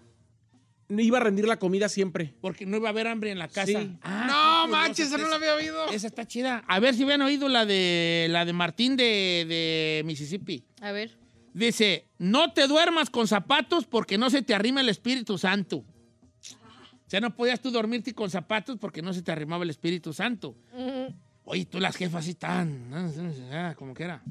Speaker 3: iba a rendir la comida siempre.
Speaker 1: Porque no iba a haber hambre en la casa.
Speaker 3: Sí.
Speaker 1: Ah, qué curiosa
Speaker 4: ¡No, manches!
Speaker 1: está
Speaker 4: Esa no la
Speaker 1: esa.
Speaker 4: había oído.
Speaker 1: Esa está chida. A ver si habían oído la de, la de Martín de, de Mississippi.
Speaker 2: A ver.
Speaker 1: Dice, no te duermas con zapatos porque no se te arrima el Espíritu Santo. O sea, no podías tú dormirte con zapatos porque no se te arrimaba el Espíritu Santo.
Speaker 2: Eh.
Speaker 1: Oye, tú las jefas sí están, ¿no? Ah, como que era.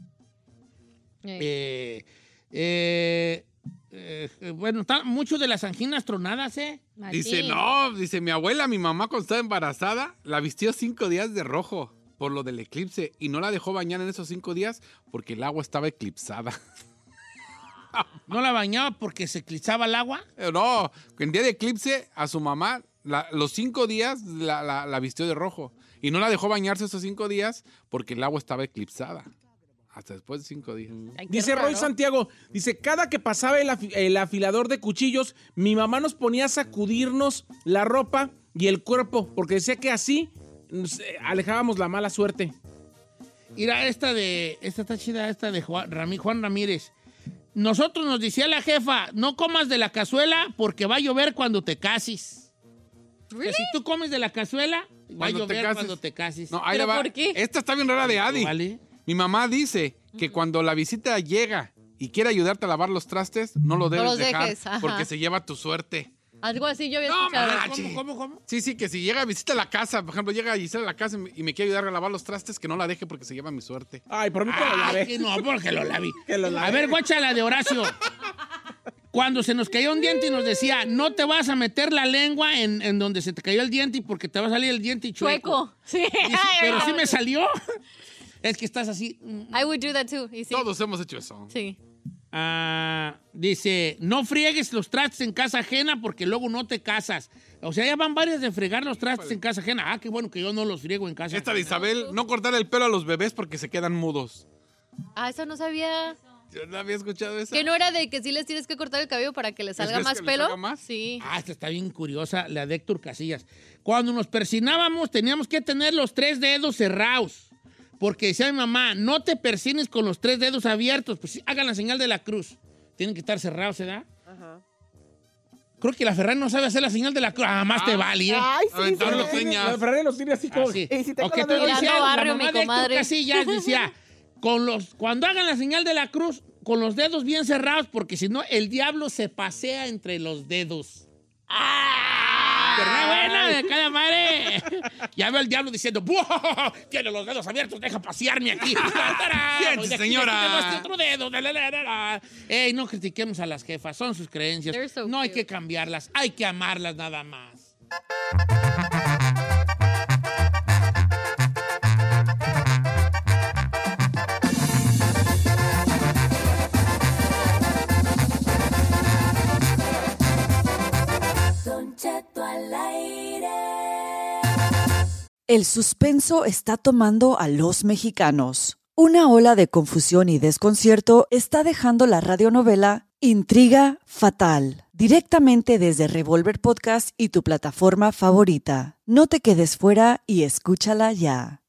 Speaker 2: Eh,
Speaker 1: Eh, eh, eh, bueno, ta- mucho de las anginas tronadas, ¿eh?
Speaker 2: Martín.
Speaker 4: Dice, no, dice, mi abuela, mi mamá cuando estaba embarazada, la vistió cinco días de rojo por lo del eclipse y no la dejó bañar en esos cinco días porque el agua estaba eclipsada. <laughs>
Speaker 1: No la bañaba porque se eclipsaba el agua.
Speaker 4: Eh, No, en día de eclipse a su mamá la- los cinco días la, la- la vistió de rojo y no la dejó bañarse esos cinco días porque el agua estaba eclipsada. Hasta después de cinco días.
Speaker 2: Ay, qué
Speaker 3: Dice Roy
Speaker 2: raro.
Speaker 3: Santiago, dice, cada que pasaba el, afi- el afilador de cuchillos, mi mamá nos ponía a sacudirnos la ropa y el cuerpo, porque decía que así nos, eh, alejábamos la mala suerte.
Speaker 1: Mira, esta de. Esta está chida, esta de Juan, Rami- Juan Ramírez. Nosotros nos decía la jefa, no comas de la cazuela porque va a llover cuando te cases. O sea,
Speaker 2: ¿Really?
Speaker 1: si tú comes de la cazuela, va a
Speaker 4: Cuando te
Speaker 1: llover
Speaker 4: cases.
Speaker 1: cuando te cases.
Speaker 4: No, ahí
Speaker 2: ¿Pero
Speaker 4: la va.
Speaker 2: por qué?
Speaker 4: Esta está bien rara de Adi.
Speaker 1: ¿Vale?
Speaker 4: Mi mamá dice que cuando la visita llega y quiere ayudarte a lavar los trastes, no lo debes
Speaker 2: los
Speaker 4: dejar
Speaker 2: dejes, ajá.
Speaker 4: porque se lleva tu suerte.
Speaker 2: Algo así yo había
Speaker 4: No,
Speaker 2: escuchado.
Speaker 4: manches.
Speaker 1: ¿Cómo, cómo, cómo?
Speaker 4: Sí, sí, que si llega, visita la casa, por ejemplo, llega Gisela a la casa y me- y me quiere ayudar a lavar los trastes, que no la deje porque se lleva mi suerte. Ah,
Speaker 3: Ay, por mí que lo
Speaker 1: Ay,
Speaker 3: lavé.
Speaker 1: que no, porque lo laví.
Speaker 3: Que lo lavé.
Speaker 1: A ver, guacha la de Horacio. Cuando se nos cayó un diente y nos decía, no te vas a meter la lengua en, en donde se te cayó el diente y porque te va a salir el diente chueco.
Speaker 2: Chueco. Sí.
Speaker 1: Y sí,
Speaker 2: <laughs>
Speaker 1: pero sí me salió. Es que estás así. mm,
Speaker 2: I would do that too. Y sí.
Speaker 4: Todos hemos hecho eso.
Speaker 2: Sí.
Speaker 1: Ah, dice, no friegues los trastes en casa ajena porque luego no te casas. O sea, ya van varias de fregar los trastes en casa ajena. Ah, qué bueno que yo no los friego en casa.
Speaker 4: Esta de
Speaker 1: ajena.
Speaker 4: Isabel, no cortar el pelo a los bebés porque se quedan mudos.
Speaker 2: Ah, eso no sabía.
Speaker 4: Yo no había escuchado eso.
Speaker 2: Que no era de que sí les tienes que cortar el cabello para que les salga
Speaker 4: ¿Crees
Speaker 2: más
Speaker 4: que les
Speaker 2: pelo.
Speaker 4: salga más?
Speaker 2: Sí.
Speaker 1: Ah, esta está bien curiosa, la de Héctor Casillas. Cuando nos persinábamos teníamos que tener los tres dedos cerrados. Porque decía mi mamá, no te persines con los tres dedos abiertos. Pues sí, hagan la señal de la cruz. Tienen que estar cerrados, ¿verdad?
Speaker 7: Ajá.
Speaker 1: Creo que la Ferrari no sabe hacer la señal de la cruz. Ah, más te vale, ¿eh?
Speaker 7: Ay, sí,
Speaker 4: Aventaron
Speaker 7: sí,
Speaker 4: los
Speaker 7: sí.
Speaker 4: señas.
Speaker 3: La Ferrari los tiene así como...
Speaker 1: Así.
Speaker 7: Y si tengo
Speaker 1: Ah, Ok,
Speaker 7: la
Speaker 1: te lo
Speaker 7: de
Speaker 1: decía
Speaker 2: Mirando
Speaker 1: la
Speaker 2: barrio,
Speaker 1: mamá
Speaker 2: mi
Speaker 1: de Héctor
Speaker 7: <laughs>
Speaker 2: comadre.
Speaker 1: Casillas, decía, con los, cuando hagan la señal de la cruz, con los dedos bien cerrados, porque si no, el diablo se pasea entre los dedos. ¡Ah! ¡Qué buena de cada madre! <laughs> ya veo al diablo diciendo, ¡buah! Tiene los dedos abiertos, deja pasearme
Speaker 7: <laughs>
Speaker 1: aquí. Tarara,
Speaker 4: Siéntese,
Speaker 1: voy de aquí,
Speaker 4: señora.
Speaker 1: de aquí, de otro dedo, la, la, la, la, la. Ey, no critiquemos a las jefas, son sus creencias.
Speaker 2: They're so
Speaker 1: no hay
Speaker 2: cute.
Speaker 1: que cambiarlas, hay que amarlas nada más.
Speaker 8: El suspenso está tomando a los mexicanos. Una ola de confusión y desconcierto está dejando la radionovela Intriga Fatal, directamente desde Revolver Podcast y tu plataforma favorita. No te quedes fuera y escúchala ya.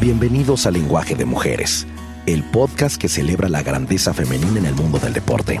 Speaker 9: Bienvenidos a Lenguaje de Mujeres, el podcast que celebra la grandeza femenina en el mundo del deporte.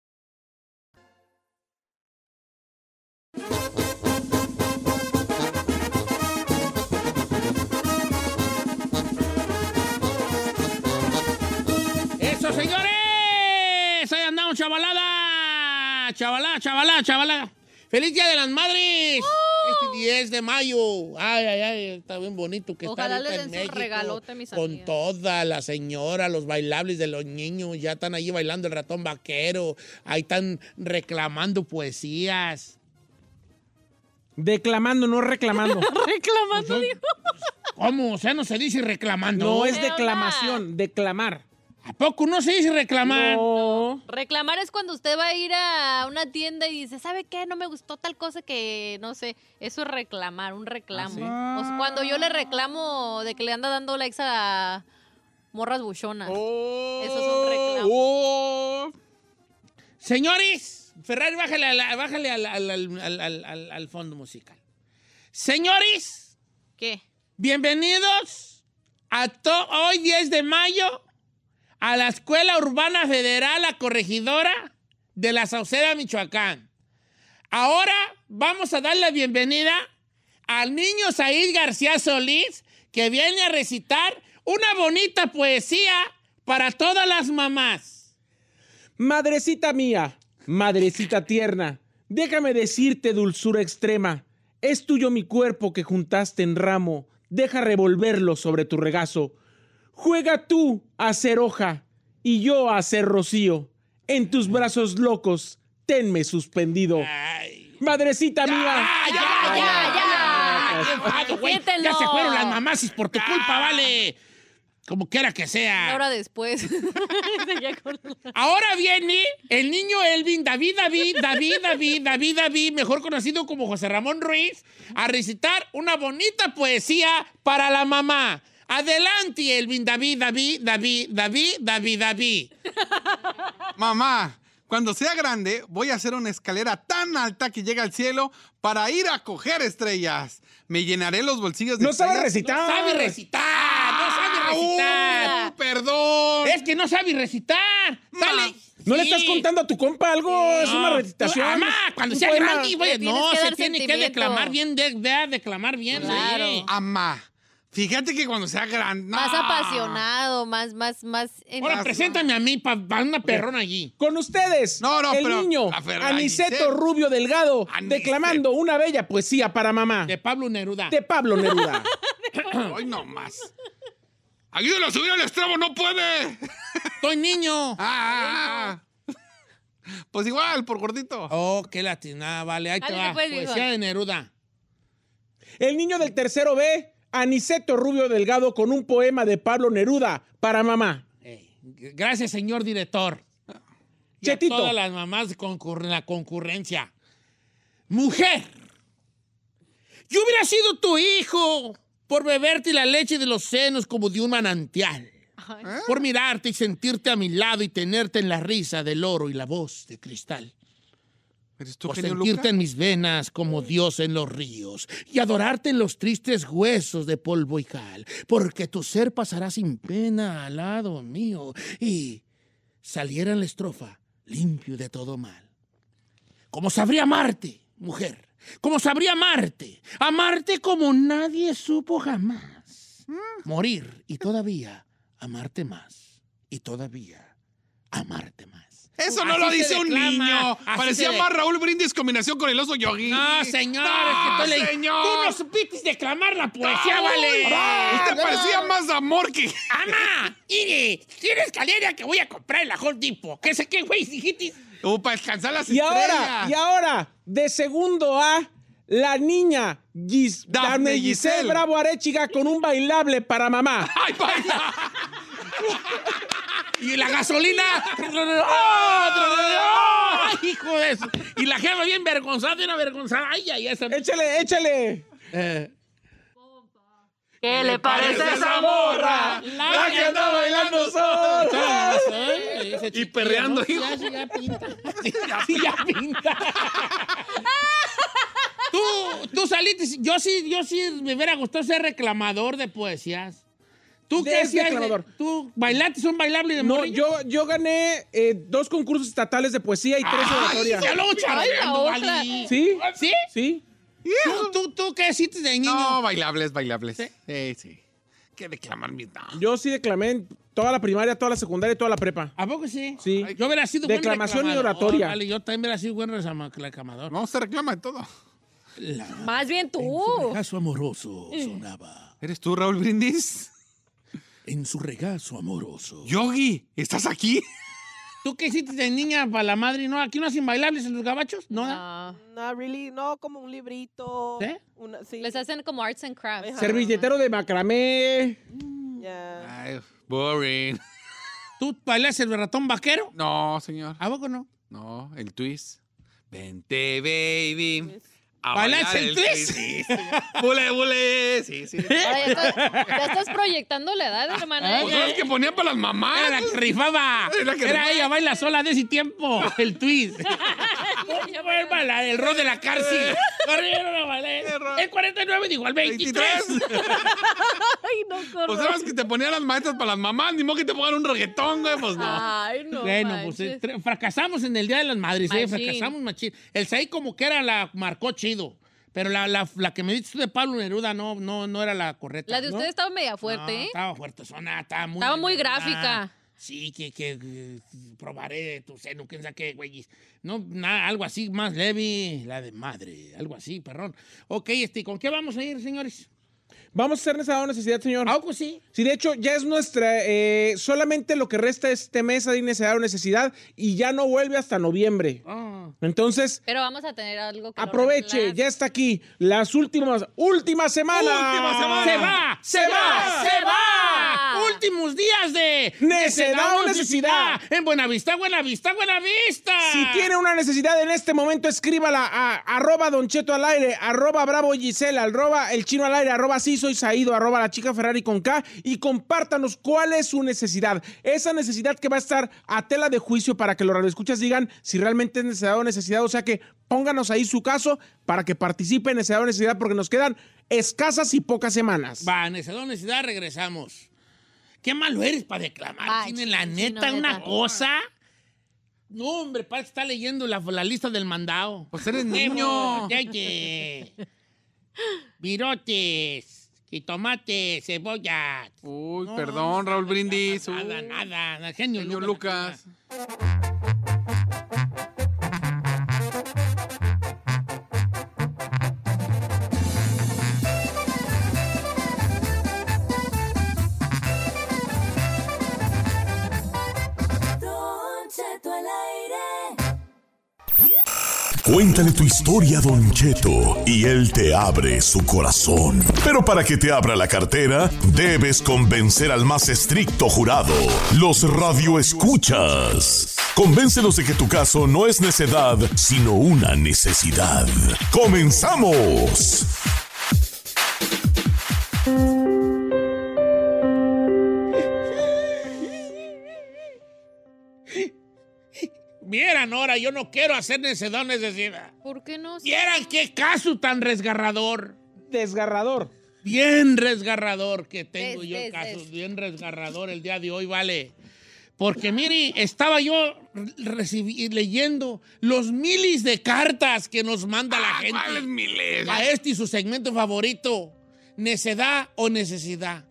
Speaker 1: ¡Eso, señores! Ahí andamos, chavalada. Chavalá, chavalá, chavalá. ¡Feliz Día de las Madres!
Speaker 2: ¡Oh!
Speaker 1: Este 10 de mayo. Ay, ay, ay, está bien bonito que
Speaker 2: Ojalá
Speaker 1: está ahorita
Speaker 2: les
Speaker 1: en
Speaker 2: den su
Speaker 1: México,
Speaker 2: regalote, mis
Speaker 1: Con
Speaker 2: amigas.
Speaker 1: toda la señora, los bailables de los niños, ya están ahí bailando el ratón vaquero, ahí están reclamando poesías.
Speaker 3: Declamando, no reclamando.
Speaker 2: <laughs> Reclamando,
Speaker 1: Pues,
Speaker 2: dijo.
Speaker 1: ¿Cómo? O sea, no se dice reclamando.
Speaker 3: No es
Speaker 2: Me habla.
Speaker 3: declamación, declamar.
Speaker 1: ¿A poco no se dice reclamar?
Speaker 3: No.
Speaker 2: Reclamar es cuando usted va a ir a una tienda y dice, ¿sabe qué? No me gustó tal cosa que, no sé, eso es reclamar,
Speaker 1: Ah,
Speaker 2: un reclamo. O sea, cuando yo le reclamo de que le anda dando likes a morras buchonas. <laughs> Eso es un reclamo.
Speaker 1: Oh. Señores, Ferrari, bájale, a la- bájale al, al- al- al- al- al- al fondo musical. Señores,
Speaker 2: ¿Qué?
Speaker 1: bienvenidos a to- hoy 10 de mayo a la Escuela Urbana Federal, la corregidora de la Sauceda, Michoacán. Ahora vamos a dar la bienvenida al niño Said García Solís, que viene a recitar una bonita poesía para todas las mamás.
Speaker 3: Madrecita mía, madrecita tierna, déjame decirte dulzura extrema. Es tuyo mi cuerpo que juntaste en ramo, deja revolverlo sobre tu regazo. Juega tú a ser hoja y yo a ser rocío. En tus brazos locos, tenme suspendido.
Speaker 1: Ay.
Speaker 3: Madrecita mía.
Speaker 1: ¡Ya, ya, ya! ya. Qué enfado, güey.
Speaker 2: Siéntelo.
Speaker 1: Ya se fueron las mamás y por tu culpa, vale. Como quiera que
Speaker 2: Una
Speaker 1: sea.
Speaker 2: hora después. <laughs> Ya con la-
Speaker 1: Ahora viene el niño Elvin, David, David, David, David, David, David, mejor conocido como José Ramón Ruiz, a recitar una bonita poesía para la mamá. Adelante, Elvin, David, David, David, David, David, David.
Speaker 4: Mamá, cuando sea grande, voy a hacer una escalera tan alta que llegue al cielo para ir a coger estrellas. Me llenaré los bolsillos de
Speaker 3: No sabe
Speaker 4: estrellas.
Speaker 3: recitar.
Speaker 1: Sabe recitar, no sabe recitar.
Speaker 4: ¡Uh, perdón!
Speaker 1: Es que no sabe recitar. Dale.
Speaker 3: ¿No le
Speaker 1: Sí.
Speaker 3: estás contando a tu compa algo? es una
Speaker 1: No,
Speaker 3: recitación.
Speaker 1: tú, Mamá, Ah, cuando
Speaker 3: Un
Speaker 1: sea
Speaker 3: poema.
Speaker 1: grande, güey,
Speaker 2: Le tienes
Speaker 1: no,
Speaker 2: que
Speaker 1: se
Speaker 2: dar
Speaker 1: tiene que
Speaker 2: sentimiento.
Speaker 1: declamar bien, de- vea, declamar bien.
Speaker 2: Claro.
Speaker 1: sí.
Speaker 4: Amá, fíjate que cuando sea grande... ¡No!
Speaker 2: Más apasionado, más, más, más. en-
Speaker 1: Ahora preséntame a mí para una perrona allí.
Speaker 3: Con ustedes,
Speaker 4: No, no,
Speaker 3: el
Speaker 4: pero
Speaker 3: niño
Speaker 4: la Fer- la
Speaker 3: Aniceto
Speaker 4: Giselle.
Speaker 3: Rubio Delgado
Speaker 4: Aniceto.
Speaker 3: declamando una bella poesía para mamá
Speaker 1: De
Speaker 3: de,
Speaker 1: Pablo Neruda.
Speaker 3: Pablo
Speaker 4: <laughs>
Speaker 3: Neruda. <coughs>
Speaker 4: ¡Ay, no más! ¡Ayúdalo a subir al extremo, no puede!
Speaker 1: Estoy niño.
Speaker 4: Ah, Pues igual, por gordito.
Speaker 1: Oh, qué latinada, vale. Ahí te
Speaker 2: Ándale,
Speaker 1: va.
Speaker 2: pues,
Speaker 1: Poesía
Speaker 2: Bigón.
Speaker 1: de Neruda.
Speaker 3: el niño del tercero B, Aniceto Rubio Delgado con un poema de Pablo Neruda para mamá.
Speaker 1: Ey, Gracias, señor director. Y a
Speaker 3: Chetito.
Speaker 1: todas las mamás con la concurrencia. Mujer, yo hubiera sido tu hijo por beberte la leche de los senos como de un manantial.
Speaker 2: Ay.
Speaker 1: Por mirarte y sentirte a mi lado y tenerte en la risa del oro y la voz de cristal.
Speaker 4: ¿Eres tú,
Speaker 1: Por
Speaker 4: genio
Speaker 1: sentirte
Speaker 4: Luca?
Speaker 1: en mis venas como Dios en los ríos y adorarte en los tristes huesos de polvo y cal, porque tu ser pasará sin pena al lado mío y saliera en la estrofa limpio de todo mal. Como sabría amarte, mujer, como sabría amarte, amarte como nadie supo jamás.
Speaker 4: Mm.
Speaker 1: Morir y todavía amarte más, y todavía amarte más.
Speaker 4: Eso no
Speaker 1: Así
Speaker 4: lo
Speaker 1: se
Speaker 4: dice un
Speaker 1: declama,
Speaker 4: niño.
Speaker 1: así
Speaker 4: Parecía
Speaker 1: se
Speaker 4: más
Speaker 1: de-
Speaker 4: Raúl Brindis combinación con el oso yogi.
Speaker 1: No, señor,
Speaker 4: No,
Speaker 1: es que tú, le-
Speaker 4: señor.
Speaker 1: tú no supiste declamar la poesía,
Speaker 4: ¡Ay!
Speaker 1: vale.
Speaker 4: Usted parecía más amor que.
Speaker 1: ¡Ama! ¡Mire! ¿Quieres caleria que voy a comprar en la Home Depot? ¿Qué sé qué, güey? Dijiste.
Speaker 4: O para descansar las
Speaker 3: Y ahora,
Speaker 4: estrellas.
Speaker 3: y ahora, de segundo A, la niña Gis,
Speaker 4: Dafne
Speaker 3: Dafne Giselle.
Speaker 4: Giselle.
Speaker 3: Bravo Arechiga con un bailable para mamá.
Speaker 4: <laughs> ¡Ay, vaya!
Speaker 1: ¡Y la gasolina! ¡Ay, hijo de eso! Y la jefa bien vergonzada, bien avergonzada. ¡Ay, ay, esa!
Speaker 3: Échale, échale.
Speaker 1: Eh,
Speaker 2: ¿Qué le parece esa
Speaker 4: morra!
Speaker 1: La que
Speaker 4: anda bailando sola!
Speaker 1: ay, ese chiquillo,
Speaker 4: perreando,
Speaker 1: ¿no? Sí,
Speaker 4: hijo.
Speaker 1: Ya, sí,
Speaker 2: pues,
Speaker 1: ya pinta. Sí, ya, sí, ya pinta. tú, tú saliste. Yo sí, yo sí me hubiera gustado ser reclamador de poesías. ¿Tú
Speaker 3: De
Speaker 1: qué
Speaker 3: ese
Speaker 1: hacías?
Speaker 3: reclamador.
Speaker 1: ¿Tú bailaste un bailable de
Speaker 3: No,
Speaker 1: morrillo?
Speaker 3: yo, yo gané eh, dos concursos estatales de poesía y tres de oratoria.
Speaker 1: ¡Ay, ya lo charlando,
Speaker 2: Ay, la
Speaker 1: vale.
Speaker 3: ¿Sí?
Speaker 1: ¿Sí?
Speaker 3: ¿Sí?
Speaker 1: ¿Tú, tú, tú qué hiciste de niño?
Speaker 4: No, bailables, bailables.
Speaker 1: Sí.
Speaker 4: Sí, sí. Que declamar mi no.
Speaker 3: Yo sí declamé en toda la primaria, toda la secundaria y toda la prepa.
Speaker 1: ¿A poco sí?
Speaker 3: Sí.
Speaker 1: Yo hubiera sido buen
Speaker 3: Declamación y
Speaker 1: reclamador,
Speaker 3: oratoria.
Speaker 1: Vale, yo también hubiera sido buen resama- reclamador.
Speaker 4: No se reclama de todo.
Speaker 1: La-
Speaker 2: Más bien tú.
Speaker 1: En su regazo amoroso sonaba.
Speaker 4: ¿Eres tú, Raúl Brindis?
Speaker 1: En su regazo amoroso.
Speaker 4: Yogi, ¿estás aquí?
Speaker 1: ¿Tú qué hiciste de niña para la madre? ¿No? ¿Aquí no hacen bailables en los gabachos? ¿No? da?
Speaker 2: No.
Speaker 7: No, really, no, como un librito.
Speaker 1: ¿Sí?
Speaker 7: Una, sí.
Speaker 2: Les hacen como arts and crafts.
Speaker 7: Ajá.
Speaker 3: Servilletero
Speaker 1: <laughs>
Speaker 3: de macramé.
Speaker 7: ya.
Speaker 4: Ay, boring.
Speaker 1: ¿Tú bailas el ratón vaquero?
Speaker 4: No, señor.
Speaker 1: ¿A poco no?
Speaker 4: No, el twist. Vente, baby. A
Speaker 1: ¿Bailas
Speaker 4: bailar
Speaker 1: el twist?
Speaker 4: Sí, señor. bule, bule. Sí, sí.
Speaker 2: Ay, ya, estás, ya estás proyectando la edad,
Speaker 1: Ah,
Speaker 2: hermana.
Speaker 4: ¿Vos sabes que ponía para las mamás?
Speaker 1: ¿Eh? Era la que rifaba.
Speaker 4: Era la que
Speaker 1: Era
Speaker 4: rifaba.
Speaker 1: ella baila sola de ese tiempo. El twist. Vuelva la del rol de la cárcel. Corrieron a bailar. El 49 dijo al 23.
Speaker 4: 23.
Speaker 1: <laughs>
Speaker 2: Ay, no, corro.
Speaker 4: Pues sabes que te ponían las maestras para las mamás, ni modo que te pongan un reggaetón, güey, pues no.
Speaker 2: Ay, no.
Speaker 1: Bueno, pues eh,
Speaker 2: manches.
Speaker 1: tre- fracasamos en el Día de las Madres, eh,
Speaker 2: Machín.
Speaker 1: fracasamos machín. El Saí como que era la marcó chido, pero la, la, la que me diste de Pablo Neruda no, no, no era la correcta.
Speaker 2: La de
Speaker 1: ¿no?
Speaker 2: ustedes estaba media
Speaker 1: No,
Speaker 2: fuerte, ¿eh?
Speaker 1: Estaba fuerte, zona, estaba muy.
Speaker 2: Estaba muy
Speaker 1: nerviosa.
Speaker 2: gráfica.
Speaker 1: Sí, que, que, eh, probaré de tu seno, quién sabe qué, güey. No, nada, algo así más leve, la de madre, algo así, perrón. Ok, este, ¿con qué vamos a ir, señores?
Speaker 3: Vamos a hacer esa necesidad, señor.
Speaker 1: Algo sí.
Speaker 3: Sí, de hecho, ya es nuestra. eh, solamente lo que resta es este mes de necesidad o necesidad y ya no vuelve hasta noviembre.
Speaker 1: Ah.
Speaker 3: Entonces,
Speaker 2: Pero vamos a tener algo que. lo
Speaker 3: Mm. aproveche,
Speaker 2: reemplace.
Speaker 3: ya está aquí. Las últimas, última semana.
Speaker 4: Última semana.
Speaker 1: ¡Se va! ¡Se va! ¡Se va! Últimos días de
Speaker 3: Necedad o
Speaker 1: Necesidad.
Speaker 3: necesidad.
Speaker 1: En Buenavista, Buenavista, Buenavista.
Speaker 3: Si tiene una necesidad en este momento, escríbala a arroba Don Cheto al aire, arroba Bravo Giselle, arroba El Chino al aire, arroba Sí Soy Saído, arroba La Chica Ferrari con K y compártanos cuál es su necesidad. Esa necesidad que va a estar a tela de juicio para que los radioescuchas digan si realmente es necesidad o necesidad. O sea que pónganos ahí su caso para que participe en necesidad o necesidad porque nos quedan escasas y pocas semanas.
Speaker 1: Va, Necedad o Necesidad, regresamos. Qué malo eres para declamar.
Speaker 2: Va,
Speaker 1: Tiene la
Speaker 2: sí,
Speaker 1: neta
Speaker 2: no,
Speaker 1: una
Speaker 2: neta.
Speaker 1: cosa. No, hombre, parece que está leyendo la, la lista del mandado.
Speaker 4: Pues
Speaker 2: <laughs>
Speaker 4: eres niño.
Speaker 1: Oye, Virotes, tomates, cebollas.
Speaker 4: Uy,
Speaker 1: No,
Speaker 4: perdón, Raúl Brindis.
Speaker 1: Nada,
Speaker 4: Uy,
Speaker 1: nada, nada. Genio,
Speaker 4: Señor Lucas.
Speaker 10: Cuéntale tu historia a Don Cheto y él te abre su corazón. Pero para que te abra la cartera, debes convencer al más estricto jurado, los radioescuchas. Convéncelos de que tu caso no es necedad, sino una necesidad. ¡Comenzamos!
Speaker 1: Vieran ahora, yo no quiero hacer necesidad o necesidad.
Speaker 2: ¿Por qué no?
Speaker 1: Vieran qué caso tan resgarrador.
Speaker 3: Desgarrador.
Speaker 1: Bien resgarrador que tengo
Speaker 2: Des,
Speaker 1: yo,
Speaker 2: des,
Speaker 1: casos
Speaker 2: des.
Speaker 1: bien resgarrador el día de hoy, vale. Porque mire, estaba yo recibí- leyendo los miles de cartas que nos manda la gente.
Speaker 4: ¿Cuáles miles?
Speaker 1: A este y su segmento favorito, necedad o necesidad.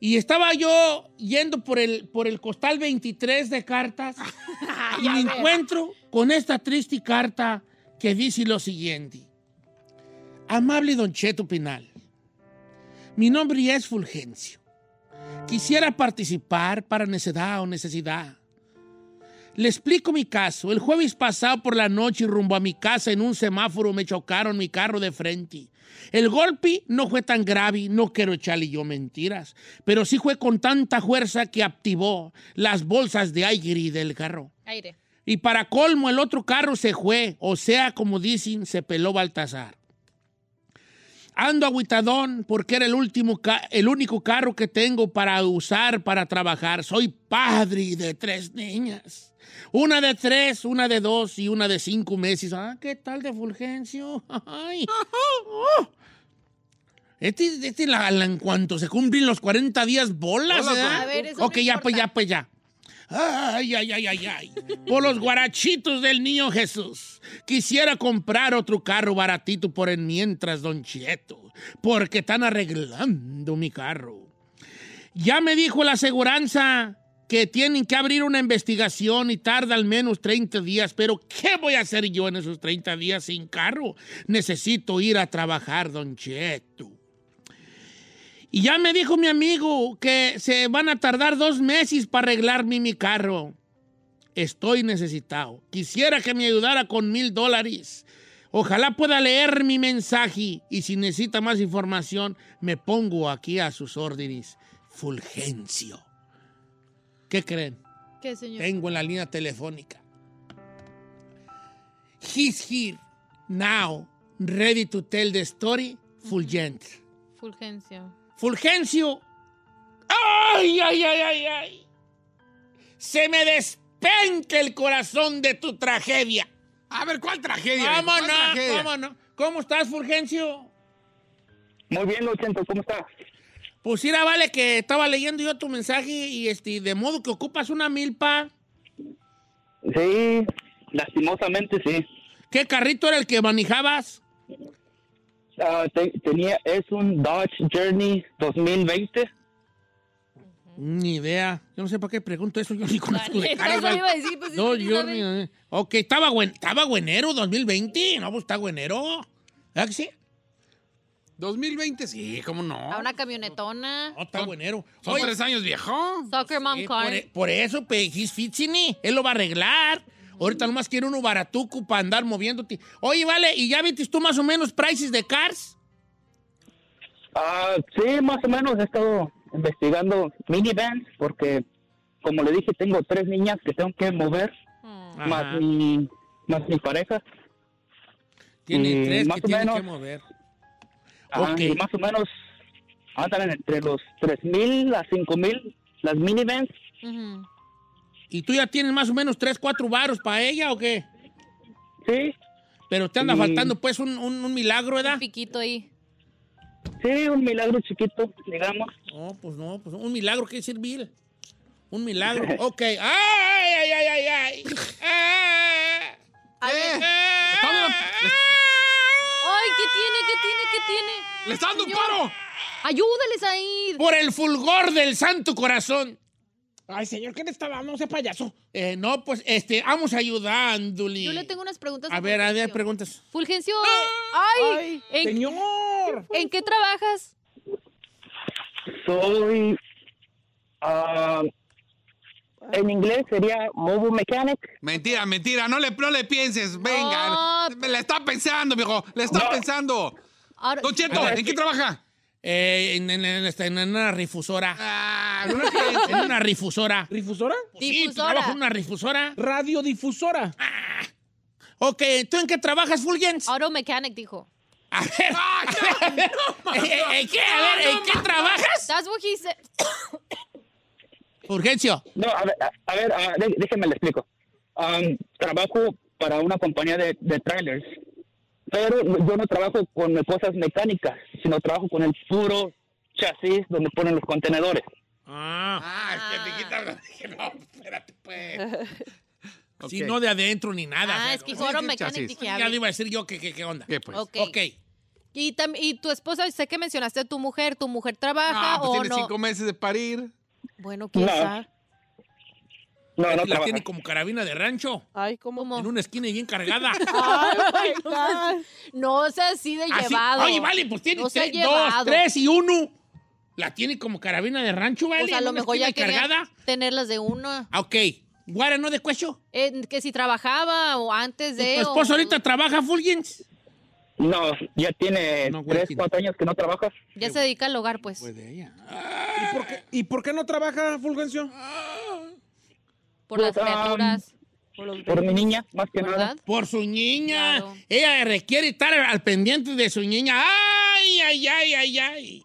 Speaker 1: Y estaba yo yendo por el, por el costal 23 de cartas y me encuentro con esta triste carta que dice lo siguiente. Amable Don Cheto Pinal, mi nombre es Fulgencio. Quisiera participar para necedad o necesidad. Le explico mi caso. El jueves pasado por la noche rumbo a mi casa en un semáforo me chocaron mi carro de frente. El golpe no fue tan grave, no quiero echarle yo mentiras, pero sí fue con tanta fuerza que activó las bolsas de aire del carro.
Speaker 2: Aire.
Speaker 1: Y para colmo, el otro carro se fue, o sea, como dicen, se peló Baltasar. Ando agüitadón porque era el, último ca- el único carro que tengo para usar para trabajar. Soy padre de tres niñas. Una de tres, una de dos y una de cinco meses. Ah, ¿qué tal de Fulgencio? <laughs> Ay. Oh. Este, este la, la- en cuanto se cumplen los 40 días, bolas,
Speaker 4: Bolas,
Speaker 1: ¿verdad?
Speaker 2: A ver, eso no
Speaker 1: Ok, ya, pues
Speaker 2: importa.
Speaker 1: ya, pues ya. Ay, ay, ay, ay, ay. Por los guarachitos del niño Jesús. Quisiera comprar otro carro baratito por en mientras, don Chieto. Porque están arreglando mi carro. Ya me dijo la aseguranza que tienen que abrir una investigación y tarda al menos 30 días, pero ¿qué voy a hacer yo en esos 30 días sin carro? Necesito ir a trabajar, don Cheto. Y ya me dijo mi amigo que se van a tardar dos meses para arreglarme mi carro. Estoy necesitado. Quisiera que me ayudara con mil dólares. Ojalá pueda leer mi mensaje y si necesita más información, me pongo aquí a sus órdenes. Fulgencio. ¿Qué creen?
Speaker 2: ¿Qué, señor?
Speaker 1: Tengo en la línea telefónica. He's here now, ready to tell the story, Fulgencio.
Speaker 2: Fulgencio.
Speaker 1: Fulgencio. ¡Ay, ay, ay, ay, ay! Se me despenca el corazón de tu tragedia.
Speaker 4: A ver, ¿cuál tragedia? ¿Cuál
Speaker 1: Vámonos,
Speaker 4: tragedia?
Speaker 1: vámonos. ¿Cómo estás, Fulgencio?
Speaker 5: Muy bien, Ochento, ¿cómo está?
Speaker 1: Pues mira, vale, que estaba leyendo yo tu mensaje y este, de modo que ocupas una milpa.
Speaker 5: Sí, lastimosamente sí.
Speaker 1: ¿Qué carrito era el que manejabas?
Speaker 5: Ah, te- tenía, es un Dodge Journey 2020.
Speaker 1: Ni idea. Yo no sé para qué pregunto eso. Yo ni conozco de
Speaker 2: Eso
Speaker 1: carros,
Speaker 2: le
Speaker 1: vale.
Speaker 2: iba a decir, pues, es
Speaker 1: No,
Speaker 2: que sí
Speaker 1: yo
Speaker 2: sabe.
Speaker 1: ni- Ok, estaba, buen, estaba buenero 2020. No, pues está buenero. ¿Verdad que sí?
Speaker 4: 2020, sí, ¿cómo no?
Speaker 2: A una camionetona.
Speaker 1: No, está buenero.
Speaker 4: Son
Speaker 1: Oye,
Speaker 4: tres años viejo.
Speaker 2: Soccer mom
Speaker 1: Eh,
Speaker 2: car.
Speaker 1: por, e- por eso, pe, he's fixing it. Él lo va a arreglar.
Speaker 2: Mm.
Speaker 1: Ahorita nomás quiere uno baratuco para andar moviéndote. Oye, vale, ¿y ya viste tú más o menos prices de cars?
Speaker 5: Mm, Ah, sí, más o menos he estado investigando minivans porque, como le dije, tengo tres niñas que tengo que mover,
Speaker 2: Mm.
Speaker 1: Ajá.
Speaker 5: más mi, más mi pareja.
Speaker 1: Tiene
Speaker 5: Mm,
Speaker 1: tres
Speaker 5: más
Speaker 1: que
Speaker 5: o
Speaker 1: tiene
Speaker 5: menos.
Speaker 1: que mover.
Speaker 5: Ah,
Speaker 1: Ok.
Speaker 5: y más o menos andan entre los 3.000 a 5.000 las minivans.
Speaker 2: Ujú.
Speaker 1: ¿Y tú ya tienes más o menos tres, cuatro varos para ella o qué?
Speaker 5: Sí,
Speaker 1: Pero te anda
Speaker 5: Mm.
Speaker 1: faltando pues un, un- un milagro, ¿verdad?
Speaker 2: Un piquito ahí.
Speaker 5: sí, un milagro chiquito, digamos.
Speaker 1: No, pues no, pues un milagro, ¿qué decir Bill? Un
Speaker 5: <laughs>
Speaker 1: milagro. Ok. ah, ¡Ay, ay, ay, ay, ay! ¡Ah!
Speaker 4: Eh,
Speaker 1: ¡Ah!
Speaker 4: estamos-
Speaker 2: ¡Ay, qué tiene, qué tiene, qué tiene!
Speaker 4: ¡Le está dando un
Speaker 2: Señor,
Speaker 4: paro!
Speaker 2: ¡Ayúdales ahí!
Speaker 1: Por el fulgor del santo corazón.
Speaker 3: Ay, señor, ¿qué le está dando? No sea payaso.
Speaker 1: Eh, no, pues, este, vamos ayudándole.
Speaker 2: Yo le tengo unas preguntas.
Speaker 1: A ver, a ver, ¡Ah!
Speaker 2: Fulgencio.
Speaker 1: preguntas.
Speaker 2: Fulgencio, ay, ¿en,
Speaker 3: Señor.
Speaker 2: en qué
Speaker 1: <laughs>
Speaker 2: trabajas?
Speaker 5: Soy, ah, en inglés sería mobile mechanic.
Speaker 4: Mentira, mentira, no le, no le pienses. Venga,
Speaker 2: No.
Speaker 4: me la está pensando, viejo. Le está pensando.
Speaker 2: Ahora-
Speaker 4: Don Cheto, ¿en qué trabaja?
Speaker 1: Eh, en, en- en- este, en una rifusora. <laughs>
Speaker 4: Ah, no
Speaker 1: en una rifusora.
Speaker 3: ¿Rifusora?
Speaker 1: Pues Sí, tú
Speaker 2: Difusora.
Speaker 1: trabajas en una rifusora.
Speaker 3: Radiodifusora.
Speaker 1: Ah. Ok, ¿tú en qué trabajas, Fulgens?
Speaker 2: Auto mechanic dijo.
Speaker 1: <laughs> A ver. Eh, eh, ¿en qué? A ver, ¿en qué trabajas?
Speaker 2: That's what he said.
Speaker 1: Fulgencio.
Speaker 5: No, a ver, a, a ver ah, dé- déjeme le explico. Am, trabajo para una compañía de, de trailers, pero yo no trabajo con cosas mecánicas, sino trabajo con el puro chasis donde ponen los contenedores.
Speaker 1: Ah, es que te quitan la- Dije, no, espérate, pues. <laughs> Si no de adentro ni nada.
Speaker 2: Ah,
Speaker 1: o sea,
Speaker 2: es que
Speaker 1: no-
Speaker 2: Goro
Speaker 1: Sí, sí,
Speaker 2: Mechanic
Speaker 1: chasis.
Speaker 2: dije, a
Speaker 1: Ya
Speaker 2: ver.
Speaker 1: le iba a decir yo que qué qué onda.
Speaker 4: ¿Qué pues?
Speaker 2: Ok.
Speaker 1: Ok.
Speaker 2: Y, tam- y tu esposa, sé que mencionaste a tu mujer, ¿tu mujer trabaja
Speaker 4: Ah, pues
Speaker 2: o
Speaker 4: tiene
Speaker 2: no?
Speaker 4: cinco meses de parir.
Speaker 2: Bueno, quién
Speaker 5: No.
Speaker 2: sabe.
Speaker 5: No, no
Speaker 1: la
Speaker 5: trabaja.
Speaker 1: tiene como carabina de rancho.
Speaker 7: Ay, ¿cómo?
Speaker 1: En una esquina
Speaker 2: <laughs>
Speaker 1: bien cargada.
Speaker 7: Ay, my God.
Speaker 2: No sé así de
Speaker 1: Así-
Speaker 2: llevado.
Speaker 1: Ah, Oye, vale, pues tiene
Speaker 2: No sea
Speaker 1: tres, dos,
Speaker 2: llevado.
Speaker 1: tres y uno. La tiene como carabina de rancho, vale.
Speaker 2: O sea, Pues, a
Speaker 1: en
Speaker 2: lo
Speaker 1: una
Speaker 2: mejor ya
Speaker 1: esquina
Speaker 2: quería
Speaker 1: cargada.
Speaker 2: tenerlas de uno.
Speaker 1: Ah, Ok. Guara, ¿no de cuello?
Speaker 2: Eh, que si trabajaba o antes
Speaker 1: ¿Tu
Speaker 2: de... o-
Speaker 1: esposo ahorita trabaja, Fulgens?
Speaker 5: No, ya tiene
Speaker 1: No, güey,
Speaker 5: tres,
Speaker 1: tiene-
Speaker 5: cuatro años que no trabajas.
Speaker 2: Ya se dedica al hogar, pues.
Speaker 1: Pues de ella.
Speaker 3: ¿Y por qué, y por qué no trabaja, Fulgencio?
Speaker 2: Por las
Speaker 5: Pues, ah,
Speaker 2: criaturas,
Speaker 7: Por los
Speaker 5: Por mi niña, más que nada.
Speaker 2: ¿verdad?
Speaker 1: Por su niña.
Speaker 2: Claro.
Speaker 1: Ella requiere estar al pendiente de su niña. ¡Ay, ay, ay, ay, ay!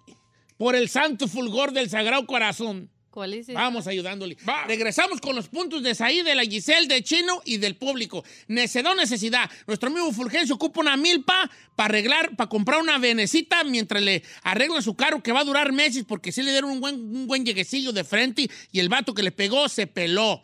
Speaker 1: Por el santo fulgor del Sagrado Corazón.
Speaker 2: ¿Cuál es? esa?
Speaker 1: Vamos ayudándole. Regresamos con los puntos de Saí, de la Giselle, de Chino y del público. Necedó necesidad. Nuestro amigo Fulgencio ocupa una milpa para arreglar, para comprar una venecita mientras le arreglan su carro que va a durar meses porque sí le dieron un buen, un buen lleguecillo de frente y el vato que le pegó se peló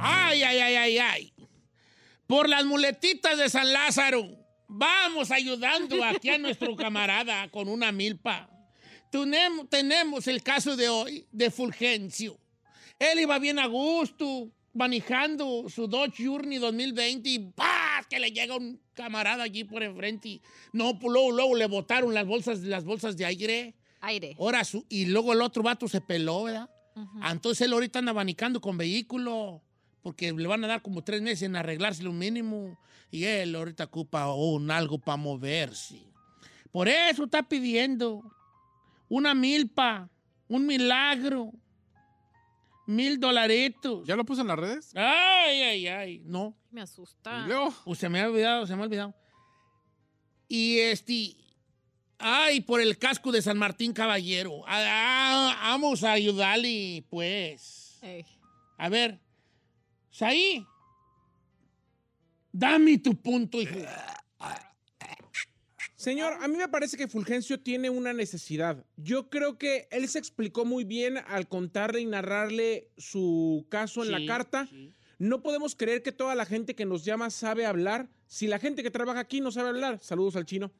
Speaker 1: Ay, ay, ay, ay, ay. Por las muletitas de San Lázaro. Vamos ayudando aquí a nuestro camarada con una milpa. Tenemos, tenemos el caso de hoy de Fulgencio. Él iba bien a gusto, manejando su Dodge Journey 2020 y ¡pah! que le llega un camarada allí por enfrente y no, pues luego, luego le botaron las bolsas, las bolsas de aire.
Speaker 2: Aire.
Speaker 1: Ahora su- y luego el otro vato se peló, ¿verdad? Ah, Entonces él ahorita anda abanicando con vehículo, porque le van a dar como tres meses en arreglarse lo mínimo. Y él ahorita ocupa un algo para moverse. Por eso está pidiendo una milpa, un milagro, mil dolaritos.
Speaker 4: ¿Ya lo puso en las redes?
Speaker 1: Ay, ay, ay. No,
Speaker 2: Me asusta.
Speaker 4: Y luego,
Speaker 1: pues se me ha olvidado, se me ha olvidado. Y este. Ay, por el casco de San Martín Caballero. Ah, ah, vamos a ayudarle, pues.
Speaker 2: Ey.
Speaker 1: A ver. Saí. Dame tu punto, hijo.
Speaker 3: Señor, a mí me parece que Fulgencio tiene una necesidad. Yo creo que él se explicó muy bien al contarle y narrarle su caso en
Speaker 1: Sí,
Speaker 3: la carta.
Speaker 1: sí.
Speaker 3: No podemos creer que toda la gente que nos llama sabe hablar. Si la gente que trabaja aquí no sabe hablar, saludos al chino.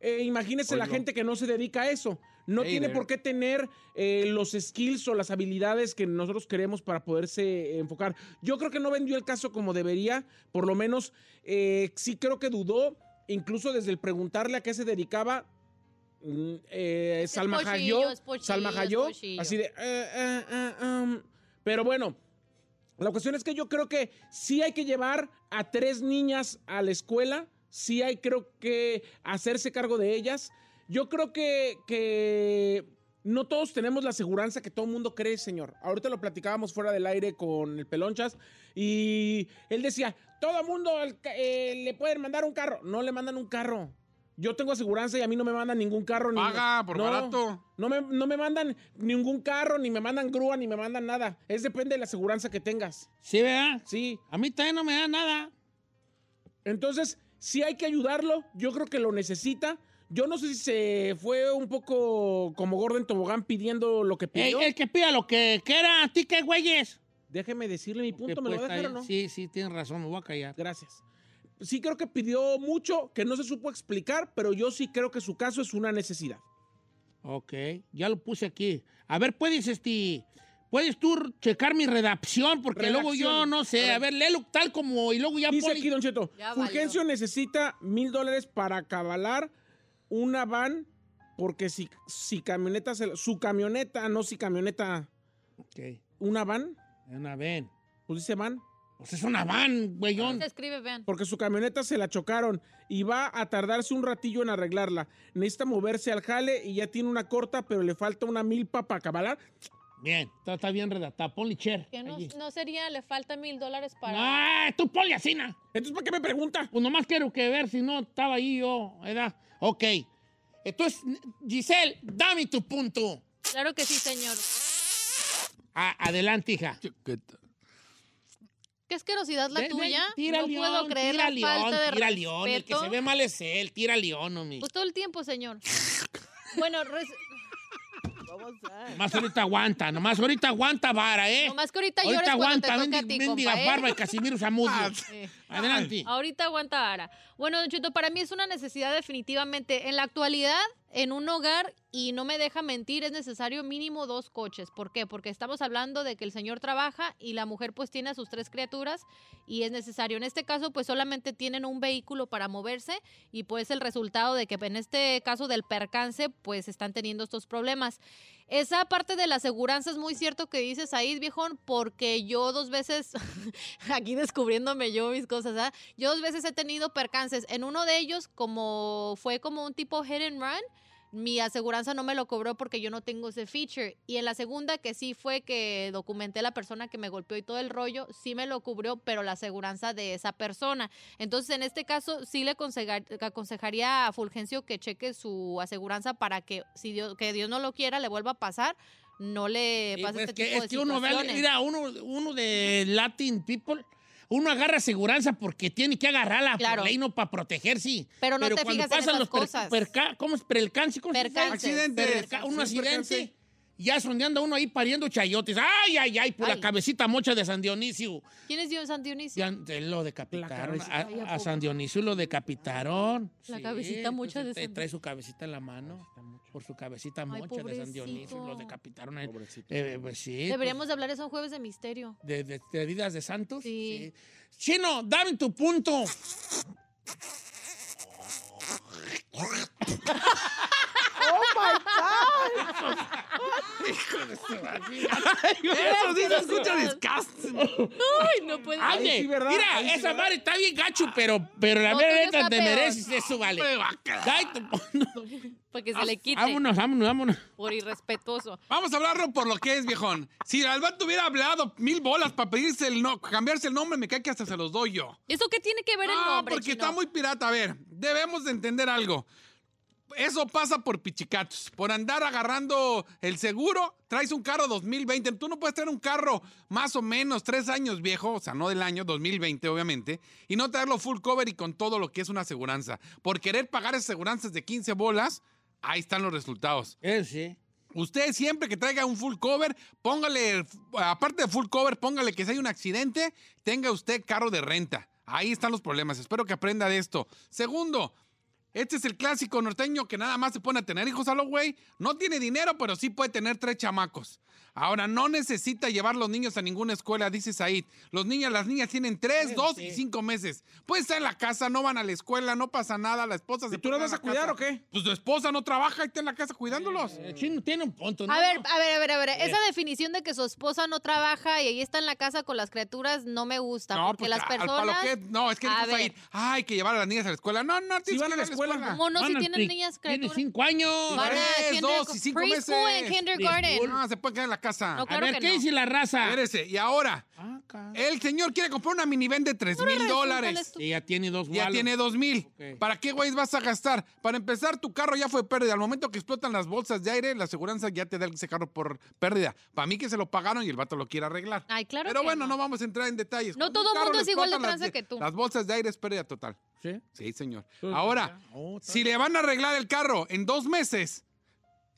Speaker 3: Eh, imagínese la
Speaker 4: Oilo.
Speaker 3: gente que no se dedica a eso. No
Speaker 4: Hey
Speaker 3: tiene
Speaker 4: there.
Speaker 3: por qué tener eh, los skills o las habilidades que nosotros queremos para poderse eh, enfocar. Yo creo que no vendió el caso como debería, por lo menos eh, sí creo que dudó, incluso desde el preguntarle a qué se dedicaba. mm, eh,
Speaker 2: Es
Speaker 3: Salma
Speaker 2: pochillo,
Speaker 3: Hayó,
Speaker 2: es pochillo,
Speaker 3: Salma
Speaker 2: es
Speaker 3: Hayó,
Speaker 2: pochillo.
Speaker 3: así de... eh, eh, eh, um, pero bueno, la cuestión es que yo creo que sí hay que llevar a tres niñas a la escuela, sí hay creo que hacerse cargo de ellas. Yo creo que, que no todos tenemos la aseguranza que todo el mundo cree, señor. Ahorita lo platicábamos fuera del aire con el Pelonchas y él decía, todo el mundo el ca- eh, le pueden mandar un carro. No le mandan un carro. Yo tengo aseguranza y a mí no me mandan ningún carro. ni-
Speaker 4: paga por
Speaker 3: No.
Speaker 4: barato.
Speaker 3: No me, no me mandan ningún carro, ni me mandan grúa, ni me mandan nada. Es depende de la aseguranza que tengas.
Speaker 1: Sí, ¿verdad?
Speaker 3: Sí.
Speaker 1: A mí también no me da nada.
Speaker 3: Entonces, sí hay que ayudarlo. Yo creo que lo necesita. Yo no sé si se fue un poco como Gordon Tobogán pidiendo lo que
Speaker 1: Ey,
Speaker 3: pidió.
Speaker 1: el que pida lo que quiera, a ti qué güeyes.
Speaker 3: Déjeme decirle mi punto,
Speaker 1: Que,
Speaker 3: ¿me lo va
Speaker 1: pues,
Speaker 3: a dejar o
Speaker 1: ahí-
Speaker 3: no?
Speaker 1: Sí, sí, tienes razón, me voy a callar.
Speaker 3: Gracias. Sí creo que pidió mucho, que no se supo explicar, pero yo sí creo que su caso es una necesidad.
Speaker 1: Ok, ya lo puse aquí. A ver, puedes, este, Puedes tú checar mi redacción, porque luego yo
Speaker 3: Redacción.
Speaker 1: no sé. A ver, léelo tal como y luego ya
Speaker 3: Dice
Speaker 1: pone-
Speaker 3: aquí, Don Cheto,
Speaker 1: Ya valió.
Speaker 3: Fulgencio necesita mil dólares para acabalar una van porque si, si camioneta, se la- su camioneta, no si camioneta, una van.
Speaker 1: Una van.
Speaker 3: Pues dice van.
Speaker 1: Pues es una van, güeyón.
Speaker 2: Se escribe, vean.
Speaker 3: Porque su camioneta se la chocaron y va a tardarse un ratillo en arreglarla. Necesita moverse al jale y ya tiene una corta, pero le falta una milpa para acabalar.
Speaker 1: Bien, está, está bien redactada. Ponle cher.
Speaker 2: Que no,
Speaker 1: allí.
Speaker 2: no sería, le falta mil dólares para.
Speaker 1: ¡Ah! ¡Tú ponle así, na.
Speaker 3: ¿Entonces para qué me pregunta?
Speaker 1: Pues nomás quiero que ver si no estaba ahí yo, ¿verdad? Ok. Entonces, Giselle, dame tu punto.
Speaker 2: Claro que sí, señor.
Speaker 1: A- adelante, hija.
Speaker 2: Qué asquerosidad la
Speaker 1: Ve, ve,
Speaker 2: tuya.
Speaker 1: Tira
Speaker 2: no
Speaker 1: León,
Speaker 2: puedo creer
Speaker 1: tira
Speaker 2: la falta de
Speaker 1: León, tira León. El que
Speaker 2: respeto.
Speaker 1: se ve mal es él. Tira León, hombre.
Speaker 2: Pues todo el tiempo, señor. bueno, res-
Speaker 1: Nomás ahorita aguanta, nomás ahorita aguanta vara, ¿eh?
Speaker 2: Nomás que ahorita llores cuando te toca a ti,
Speaker 1: mendi- mendiga
Speaker 2: compa, ¿eh?
Speaker 1: barba de Casimiro
Speaker 3: <laughs> Ah,
Speaker 1: Zamudio.
Speaker 2: Sí.
Speaker 1: Adelante.
Speaker 2: Ahorita aguanta vara. Bueno, Don Cheto, para mí es una necesidad definitivamente. En la actualidad, en un hogar, y no me deja mentir, es necesario mínimo dos coches. ¿Por qué? Porque estamos hablando de que el señor trabaja y la mujer pues tiene a sus tres criaturas y es necesario. En este caso pues solamente tienen un vehículo para moverse y pues el resultado de que en este caso del percance pues están teniendo estos problemas. Esa parte de la aseguranza es muy cierto que dices ahí, viejón, porque yo dos veces, <laughs> aquí descubriéndome yo mis cosas, ¿ah? yo dos veces he tenido percances. En uno de ellos, como fue como un tipo hit and run, mi aseguranza no me lo cobró porque yo no tengo ese feature. Y en la segunda, que sí fue que documenté la persona que me golpeó y todo el rollo, sí me lo cubrió, pero la aseguranza de esa persona. Entonces, en este caso, sí le aconsejar- aconsejaría a Fulgencio que cheque su aseguranza para que, si Dios, que Dios no lo quiera, le vuelva a pasar, no le
Speaker 1: Y
Speaker 2: pase
Speaker 1: pues
Speaker 2: este
Speaker 1: que
Speaker 2: tipo de
Speaker 1: es que uno ve,
Speaker 2: situaciones.
Speaker 1: mira, uno, uno de Latin People, uno agarra aseguranza porque tiene que agarrarla
Speaker 2: Claro.
Speaker 1: por ley, no para protegerse.
Speaker 2: Pero no te
Speaker 1: cuando
Speaker 2: fijas en
Speaker 1: pasan
Speaker 2: esas
Speaker 1: los per-
Speaker 2: cosas.
Speaker 1: perca- ¿Cómo es? Percance, ¿cómo se dice?
Speaker 2: Percances. Accidentes.
Speaker 1: Perca- un
Speaker 2: Sí,
Speaker 1: accidente.
Speaker 2: percance.
Speaker 1: Ya sondeando uno ahí pariendo chayotes. ¡Ay, ay, ay! Por la
Speaker 2: Ay.
Speaker 1: cabecita mocha de San Dionisio.
Speaker 2: ¿Quién es Dios San Dionisio?
Speaker 1: Ya eh, lo decapitaron.
Speaker 2: cabecita.
Speaker 1: A,
Speaker 2: Ay, ¿a
Speaker 1: a San Dionisio lo decapitaron.
Speaker 2: La cabecita mocha
Speaker 1: entonces
Speaker 2: de
Speaker 1: te-
Speaker 2: San-
Speaker 1: Trae su cabecita en la mano. Por su cabecita
Speaker 2: Ay,
Speaker 1: mocha de San Dionisio.
Speaker 2: pobrecito.
Speaker 1: Lo decapitaron. a él. Eh, pues sí. pues,
Speaker 2: Deberíamos de hablar eso en Jueves de
Speaker 4: <laughs>
Speaker 2: Misterio. <laughs>
Speaker 1: de, de, de heridas de Santos.
Speaker 2: Sí.
Speaker 1: Sí. Chino, dame tu punto. <laughs>
Speaker 7: ¡Oh, my God!
Speaker 1: Hijo de su
Speaker 7: Eso sí se escucha
Speaker 1: disgusting.
Speaker 2: ¡Ay, no
Speaker 11: Pues,
Speaker 2: puede
Speaker 1: Ande,
Speaker 7: Ahí sí, ¿verdad?
Speaker 1: mira,
Speaker 7: Ahí sí,
Speaker 1: esa
Speaker 7: ¿verdad?
Speaker 1: madre está bien gacho, pero, pero la
Speaker 2: No,
Speaker 1: mera
Speaker 2: tuyo
Speaker 1: neta
Speaker 2: está
Speaker 1: te
Speaker 2: peor.
Speaker 1: mereces eso, vale.
Speaker 4: Hombre, va a quedar.
Speaker 1: Dame tu punto.
Speaker 2: Para que
Speaker 4: Ah,
Speaker 2: se le quite.
Speaker 1: Vámonos, vámonos, vámonos.
Speaker 2: Por irrespetuoso.
Speaker 4: Vamos a hablarlo por lo que es, viejón. Si Alberto hubiera hablado mil bolas para pedirse el no, cambiarse el nombre, me cae que hasta se los doy yo.
Speaker 2: ¿Eso qué tiene que ver el
Speaker 4: Ah,
Speaker 2: nombre,
Speaker 4: porque
Speaker 2: chino?
Speaker 4: está muy pirata. A ver, debemos de entender algo. Eso pasa por pichicatos, por andar agarrando el seguro. Traes un carro 2020. Tú no puedes traer un carro más o menos tres años viejo, o sea, no del año 2020, obviamente, y no traerlo full cover y con todo lo que es una aseguranza. Por querer pagar aseguranzas de 15 bolas, ahí están los resultados.
Speaker 1: sí.
Speaker 4: Usted siempre que traiga un full cover, póngale, aparte de full cover, póngale que si hay un accidente, tenga usted carro de renta. Ahí están los problemas. Espero que aprenda de esto. Segundo, este es el clásico norteño que nada más se pone a tener hijos a lo güey. No tiene dinero, pero sí puede tener tres chamacos. Ahora, no necesita llevar los niños a ninguna escuela, dice Said. Los niños, las niñas tienen tres, dos y cinco meses. Puede estar en la casa, no van a la escuela, no pasa nada. La esposa se
Speaker 3: ¿Y tú las
Speaker 4: pone en
Speaker 3: vas
Speaker 4: la
Speaker 3: a cuidar
Speaker 4: casa.
Speaker 3: o qué?
Speaker 4: Pues tu esposa no trabaja y está en la casa cuidándolos.
Speaker 1: El chino Eh, tiene un punto, ¿no?
Speaker 2: A ver, a ver, a ver, a ver. Esa definición de que su esposa no trabaja y ahí está en la casa con las criaturas no me gusta.
Speaker 4: No,
Speaker 2: porque
Speaker 4: pues,
Speaker 2: las
Speaker 4: al palo
Speaker 2: personas.
Speaker 4: que- no, es que
Speaker 2: a
Speaker 4: dijo
Speaker 2: ver.
Speaker 4: Said, ay, que llevar a las niñas a la escuela. No, no,
Speaker 3: Sí,
Speaker 4: tienes
Speaker 3: van
Speaker 4: que
Speaker 3: a la
Speaker 4: ir
Speaker 3: escuela.
Speaker 2: ¿Cómo no si
Speaker 1: Vámonos,
Speaker 2: tienen
Speaker 1: pri-
Speaker 2: niñas
Speaker 1: Tiene
Speaker 2: criaturas?
Speaker 1: cinko años.
Speaker 2: Van a
Speaker 4: Tres,
Speaker 2: kinder-
Speaker 4: dos y cinco
Speaker 2: preschool
Speaker 4: meses.
Speaker 2: en kindergarten.
Speaker 4: No, se puede quedar en la casa.
Speaker 2: No,
Speaker 1: a
Speaker 2: claro
Speaker 1: ver,
Speaker 2: que
Speaker 1: ¿qué
Speaker 2: no.
Speaker 1: dice la raza?
Speaker 4: Espérese, y ahora,
Speaker 1: Ah, caray.
Speaker 4: el señor quiere comprar una minivan de 3 mil dólares.
Speaker 1: Sí, ya tiene dos
Speaker 4: Ya
Speaker 1: gualos.
Speaker 4: tiene 2 mil.
Speaker 1: Pues Ok.
Speaker 4: ¿Para qué, güey, vas a gastar? Para empezar, tu carro ya fue pérdida. Al momento que explotan las bolsas de aire, la aseguranza ya te da ese carro por pérdida. Para mí que se lo pagaron y el vato lo quiere arreglar.
Speaker 2: Ay, claro
Speaker 4: Pero
Speaker 2: que
Speaker 4: bueno,
Speaker 2: no.
Speaker 4: no. vamos a entrar en detalles.
Speaker 2: No
Speaker 4: Cuando un
Speaker 2: todo
Speaker 4: carro
Speaker 2: mundo
Speaker 4: le
Speaker 2: es igual de
Speaker 4: explotan las
Speaker 2: tranza que tú.
Speaker 4: Las bolsas de aire es pérdida total.
Speaker 1: ¿Sí?
Speaker 4: Sí, señor.
Speaker 1: Entonces,
Speaker 4: Ahora,
Speaker 1: ya. Oh, está
Speaker 4: si le van a arreglar el carro en dos meses,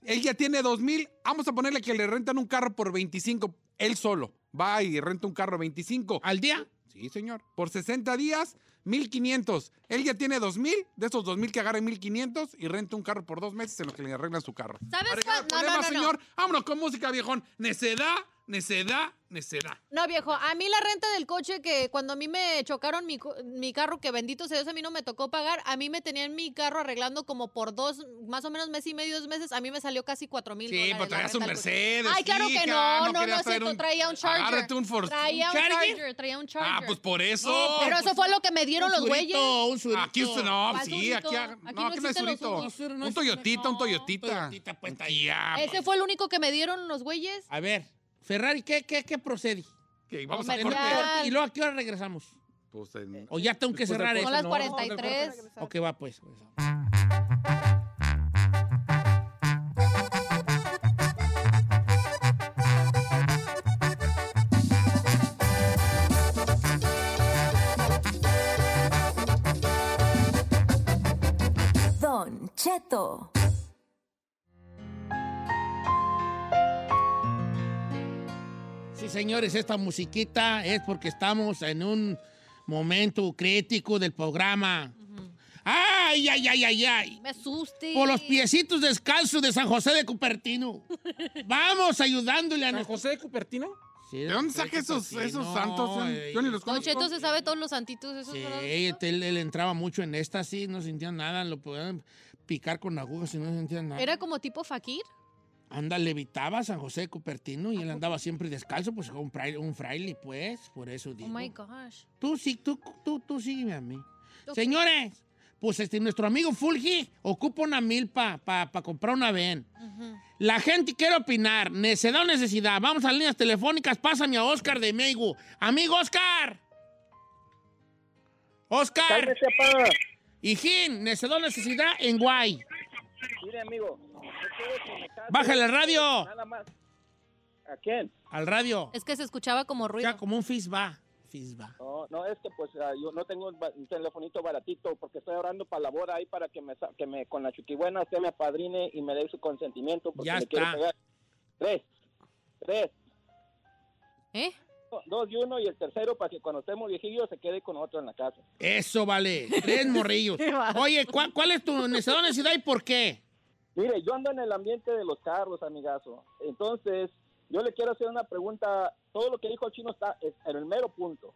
Speaker 4: él ya tiene dos mil, vamos a ponerle que le rentan un carro por 25, él solo. Va y renta un carro 25.
Speaker 1: ¿Al día?
Speaker 4: Sí, señor. Por 60 días, 1500. Él ya tiene 2000, de esos 2000 que agarra en 1500 y renta un carro por dos meses en lo que le arreglan su carro.
Speaker 2: ¿Sabes cuál?
Speaker 4: Arreglar
Speaker 2: No, no,
Speaker 4: el problema,
Speaker 2: no, no.
Speaker 4: señor. Vámonos con música, viejón. Necedad necedad, necedad.
Speaker 2: No, viejo, a mí la renta del coche que cuando a mí me chocaron mi, co- mi carro, que bendito sea Dios, a mí no me tocó pagar, a mí me tenían mi carro arreglando como por dos, más o menos mes y medio, dos meses, a mí me salió casi cuatro mil
Speaker 4: Sí,
Speaker 2: dólares.
Speaker 4: pero
Speaker 2: la
Speaker 4: traías un
Speaker 2: renta del coche.
Speaker 4: Mercedes.
Speaker 2: Ay, claro
Speaker 4: hija,
Speaker 2: que no, no, no,
Speaker 4: querías
Speaker 2: es
Speaker 4: traer
Speaker 2: cierto, traía un Charger.
Speaker 4: Agárrate un Ford.
Speaker 2: Traía un
Speaker 4: Charger.
Speaker 2: Charger, traía un Charger.
Speaker 4: Ah, pues por eso. pues
Speaker 2: No, pero eso fue lo que me dieron los güeyes.
Speaker 4: Aquí usted no,
Speaker 2: ¿Cuál
Speaker 4: pues sí,
Speaker 2: surito?
Speaker 4: aquí, ha-
Speaker 2: Aquí
Speaker 4: no, aquí no hay
Speaker 2: existen los
Speaker 4: surito.
Speaker 2: suros.
Speaker 4: un Toyotita, un Toyotita.
Speaker 1: pues, está
Speaker 4: ahí. Ya,
Speaker 2: Ese fue el único que me dieron los güeyes.
Speaker 1: A ver, Ferrari, ¿qué, qué, qué procede?
Speaker 4: Que
Speaker 2: vamos a Comercial. corte.
Speaker 1: ¿Y luego a qué hora regresamos?
Speaker 4: Pues, en-
Speaker 1: O ya tengo que
Speaker 4: Después del
Speaker 1: cerrar
Speaker 4: corte,
Speaker 1: eso.
Speaker 2: Son las
Speaker 1: ¿no?
Speaker 2: 43.
Speaker 1: Ok, va pues.
Speaker 12: Don Cheto.
Speaker 1: Sí, señores, esta musiquita es porque estamos en un momento crítico del programa. ¡Ay, ay, ay, ay, ay!
Speaker 2: Me asusté.
Speaker 1: Por los piecitos descalzos de San José de
Speaker 4: <laughs>
Speaker 1: Cupertino. Vamos ayudándole a ¿San
Speaker 3: José de Cupertino?
Speaker 4: ¿De dónde saca esos, esos santos? Yo ni los
Speaker 2: Don
Speaker 4: conozco.
Speaker 2: Cheto se sabe todos los santitos. Esos
Speaker 1: Sí,
Speaker 2: fueron-
Speaker 1: él, él entraba mucho en esta, sí, no sentía nada, lo podían picar con agujas y no sentía nada.
Speaker 2: Era como tipo Fakir. Oh
Speaker 1: Anda, levitaba San José de Cupertino y él andaba siempre descalzo, pues un fraile, un fraile pues, por eso
Speaker 2: Oh
Speaker 1: digo.
Speaker 2: my gosh.
Speaker 1: Tú sí, tú, tú, tú sígueme a mí.
Speaker 2: Ok.
Speaker 1: Señores, pues este, nuestro amigo Fulgi ocupa una milpa para comprar una ven.
Speaker 2: Mm.
Speaker 1: La gente quiere opinar, necesidad o necesidad. Vamos a líneas telefónicas, pásame a Oscar de Meigo. Amigo Oscar. Oscar. Hijín, necesidad o necesidad en Guay.
Speaker 13: Mire, amigo. yo quiero que me case-
Speaker 1: Bájale el radio.
Speaker 13: Nada más. ¿A quién?
Speaker 1: Al radio.
Speaker 2: Es que se escuchaba como ruido.
Speaker 1: Ya, como un fisba. Fisba.
Speaker 13: No, no, es que pues ah, yo no tengo un, ba- un telefonito baratito porque estoy ahorrando para la boda ahí para que me, sa- que me con la chiquibuena usted me apadrine y me dé su consentimiento porque
Speaker 1: Ya
Speaker 13: le quiero
Speaker 1: está.
Speaker 13: pegar. Tres. Tres.
Speaker 2: ¿Eh?
Speaker 13: Dos y uno y el tercero para que cuando estemos viejillos se quede con otro en la casa.
Speaker 1: Eso vale.
Speaker 2: <laughs>
Speaker 1: Tres morrillos. Oye, ¿cuál, cuál es tu necesidad o necesidad y por qué?
Speaker 13: Mire, yo ando en el ambiente de los carros, amigazo. Entonces, yo le quiero hacer una pregunta. Todo lo que dijo el chino está es en el mero punto.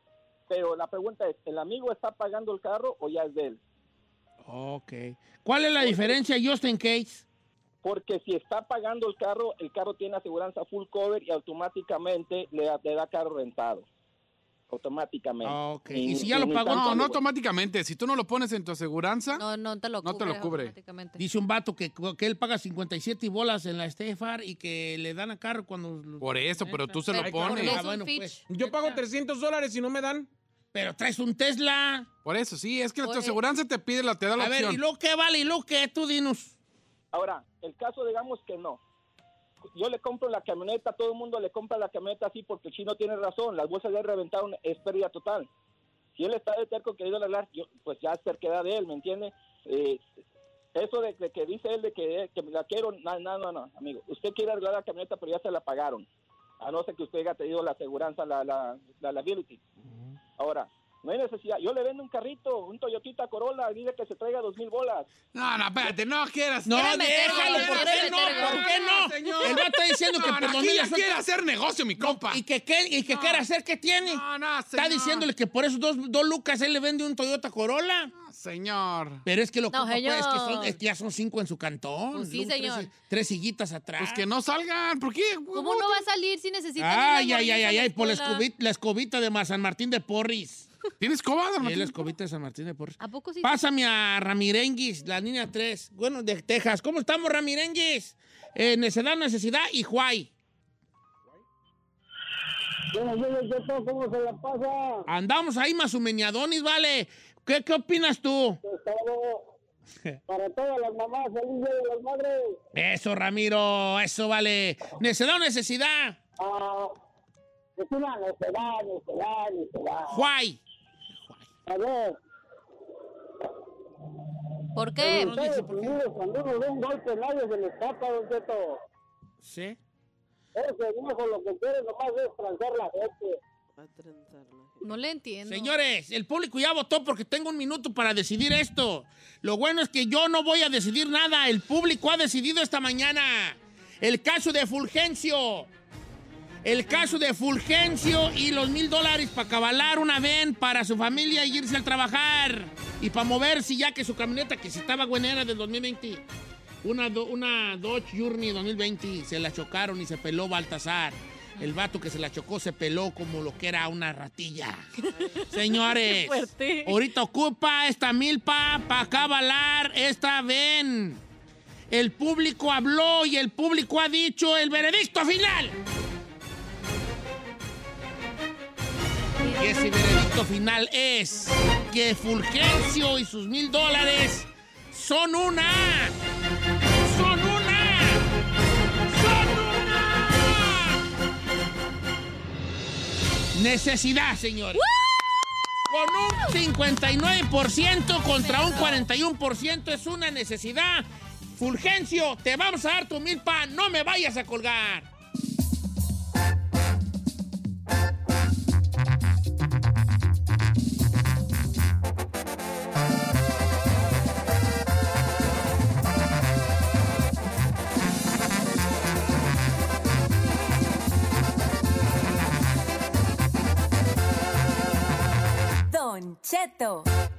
Speaker 13: Pero la pregunta es, ¿el amigo está pagando el carro o ya es de él?
Speaker 1: Ok. ¿Cuál es la diferencia, Justin Case?
Speaker 13: Porque si está pagando el carro, el carro tiene aseguranza full cover y automáticamente le, da- le da carro rentado. Automáticamente.
Speaker 4: Ah, Y si ya lo pagó, no, no automáticamente. Si tú no lo pones en tu aseguranza,
Speaker 2: No, no te lo
Speaker 4: No te lo cubre.
Speaker 2: automáticamente.
Speaker 1: Dice un vato que, que él paga 57 bolas en la Estefar y que le dan a carro cuando...
Speaker 4: por eso, pero tú se lo
Speaker 1: Ay, cabrón,
Speaker 4: pones.
Speaker 1: ah, bueno, pues.
Speaker 3: Yo pago 300 dólares y no me dan.
Speaker 1: Pero traes un Tesla.
Speaker 4: Por eso, sí, es que
Speaker 1: Oye.
Speaker 4: tu aseguranza te pide, la, te da pues, la
Speaker 1: A
Speaker 4: opción.
Speaker 1: ver, ¿y lo que vale? ¿Y lo que tú dinos?
Speaker 13: Ahora, el caso digamos que no. Yo le compro la camioneta, todo el mundo le compra la camioneta así porque el chino tiene razón, las bolsas le reventaron, es pérdida total. Si él está de terco querido hablar, yo, pues ya es terquedad de él, ¿me entiende? Eh, eso de, de que dice él de que, que me la quiero, no, no, no, no, amigo. Usted quiere arreglar la camioneta, pero ya se la pagaron. A no ser que usted haya tenido la aseguranza, la, la, la liability. Ahora, no hay necesidad. Yo le vendo un carrito, un Toyotita Corolla, dice que se traiga dos mil bolas.
Speaker 4: No, no, espérate, no quieras.
Speaker 1: No, Quiere meter déjalo, gol, ¿por quiere qué no? meter gol. ¿Por qué no? Él va a estar diciendo que por
Speaker 4: no,
Speaker 1: dos
Speaker 4: aquí
Speaker 1: mil
Speaker 4: ya
Speaker 1: le suelta-
Speaker 4: quiere hacer negocio, mi compa.
Speaker 1: ¿Y que, qué- y que quiere hacer? ¿Qué tiene? Está diciéndole que por esos dos, dos lucas él le vende un Toyota Corolla.
Speaker 4: Señor.
Speaker 1: Pero es que lo
Speaker 4: No,
Speaker 1: ocupa, pues, es que, son-
Speaker 4: señor.
Speaker 1: es que ya son cinco en su cantón.
Speaker 4: Pues sí,
Speaker 1: Luego tres-
Speaker 4: señor.
Speaker 1: Tres, sillitas atrás.
Speaker 4: Pues que no salgan, ¿por qué?
Speaker 2: ¿Cómo no va a salir si necesita
Speaker 1: Ay, ay, ay, ay, ay, por la, escobi- la escobita de Ma- San Martín de Porris.
Speaker 4: ¿Tiene escoba,
Speaker 1: Sí, la escobita de San Martín de Porris.
Speaker 2: ¿A poco sí?
Speaker 1: Pásame a Ramirenguis, la niña 3. Bueno, de Texas. ¿Cómo estamos, Ramirenguis? Eh, necesidad, necesidad y Juay.
Speaker 11: ¿Cómo se la pasa?
Speaker 1: Andamos ahí masumeñadonis, vale. ¿Qué, qué opinas tú?
Speaker 11: Pues, para- Para todas las mamás, feliz día de las madres.
Speaker 1: Eso, Ramiro, eso vale. Necesidad o necesidad.
Speaker 11: Ah, es una necedad, necedad, necedad.
Speaker 1: Juay.
Speaker 11: A ver.
Speaker 2: ¿Por
Speaker 1: qué?
Speaker 11: pues, Cuando uno ve un golpe, nadie se le escapa, don Cheto.
Speaker 1: Sí.
Speaker 11: Ese viejo lo que quiere nomás es transar la gente.
Speaker 2: No le entiendo.
Speaker 1: Señores, el público ya votó porque tengo un minuto para decidir esto. Lo bueno es que yo no voy a decidir nada. El público ha decidido esta mañana. El caso de Fulgencio. El caso de Fulgencio y los mil dólares para cabalar una ven para su familia y irse al trabajar. Y para moverse ya que su camioneta que se estaba buena era del 2020. Una, do- una Dodge Journey 2020 se la chocaron y se peló Baltasar. El vato que se la chocó se peló como lo que era una ratilla. <laughs> Señores, ahorita ocupa esta milpa para cabalar esta ven. El público habló y el público ha dicho el veredicto final. Y ese veredicto final es que Fulgencio y sus mil dólares son una. ¡Son una! Necesidad, señores. Con un 59% contra un 41% es una necesidad. Fulgencio, te vamos a dar tu milpa, no me vayas a colgar.
Speaker 12: Don Cheto.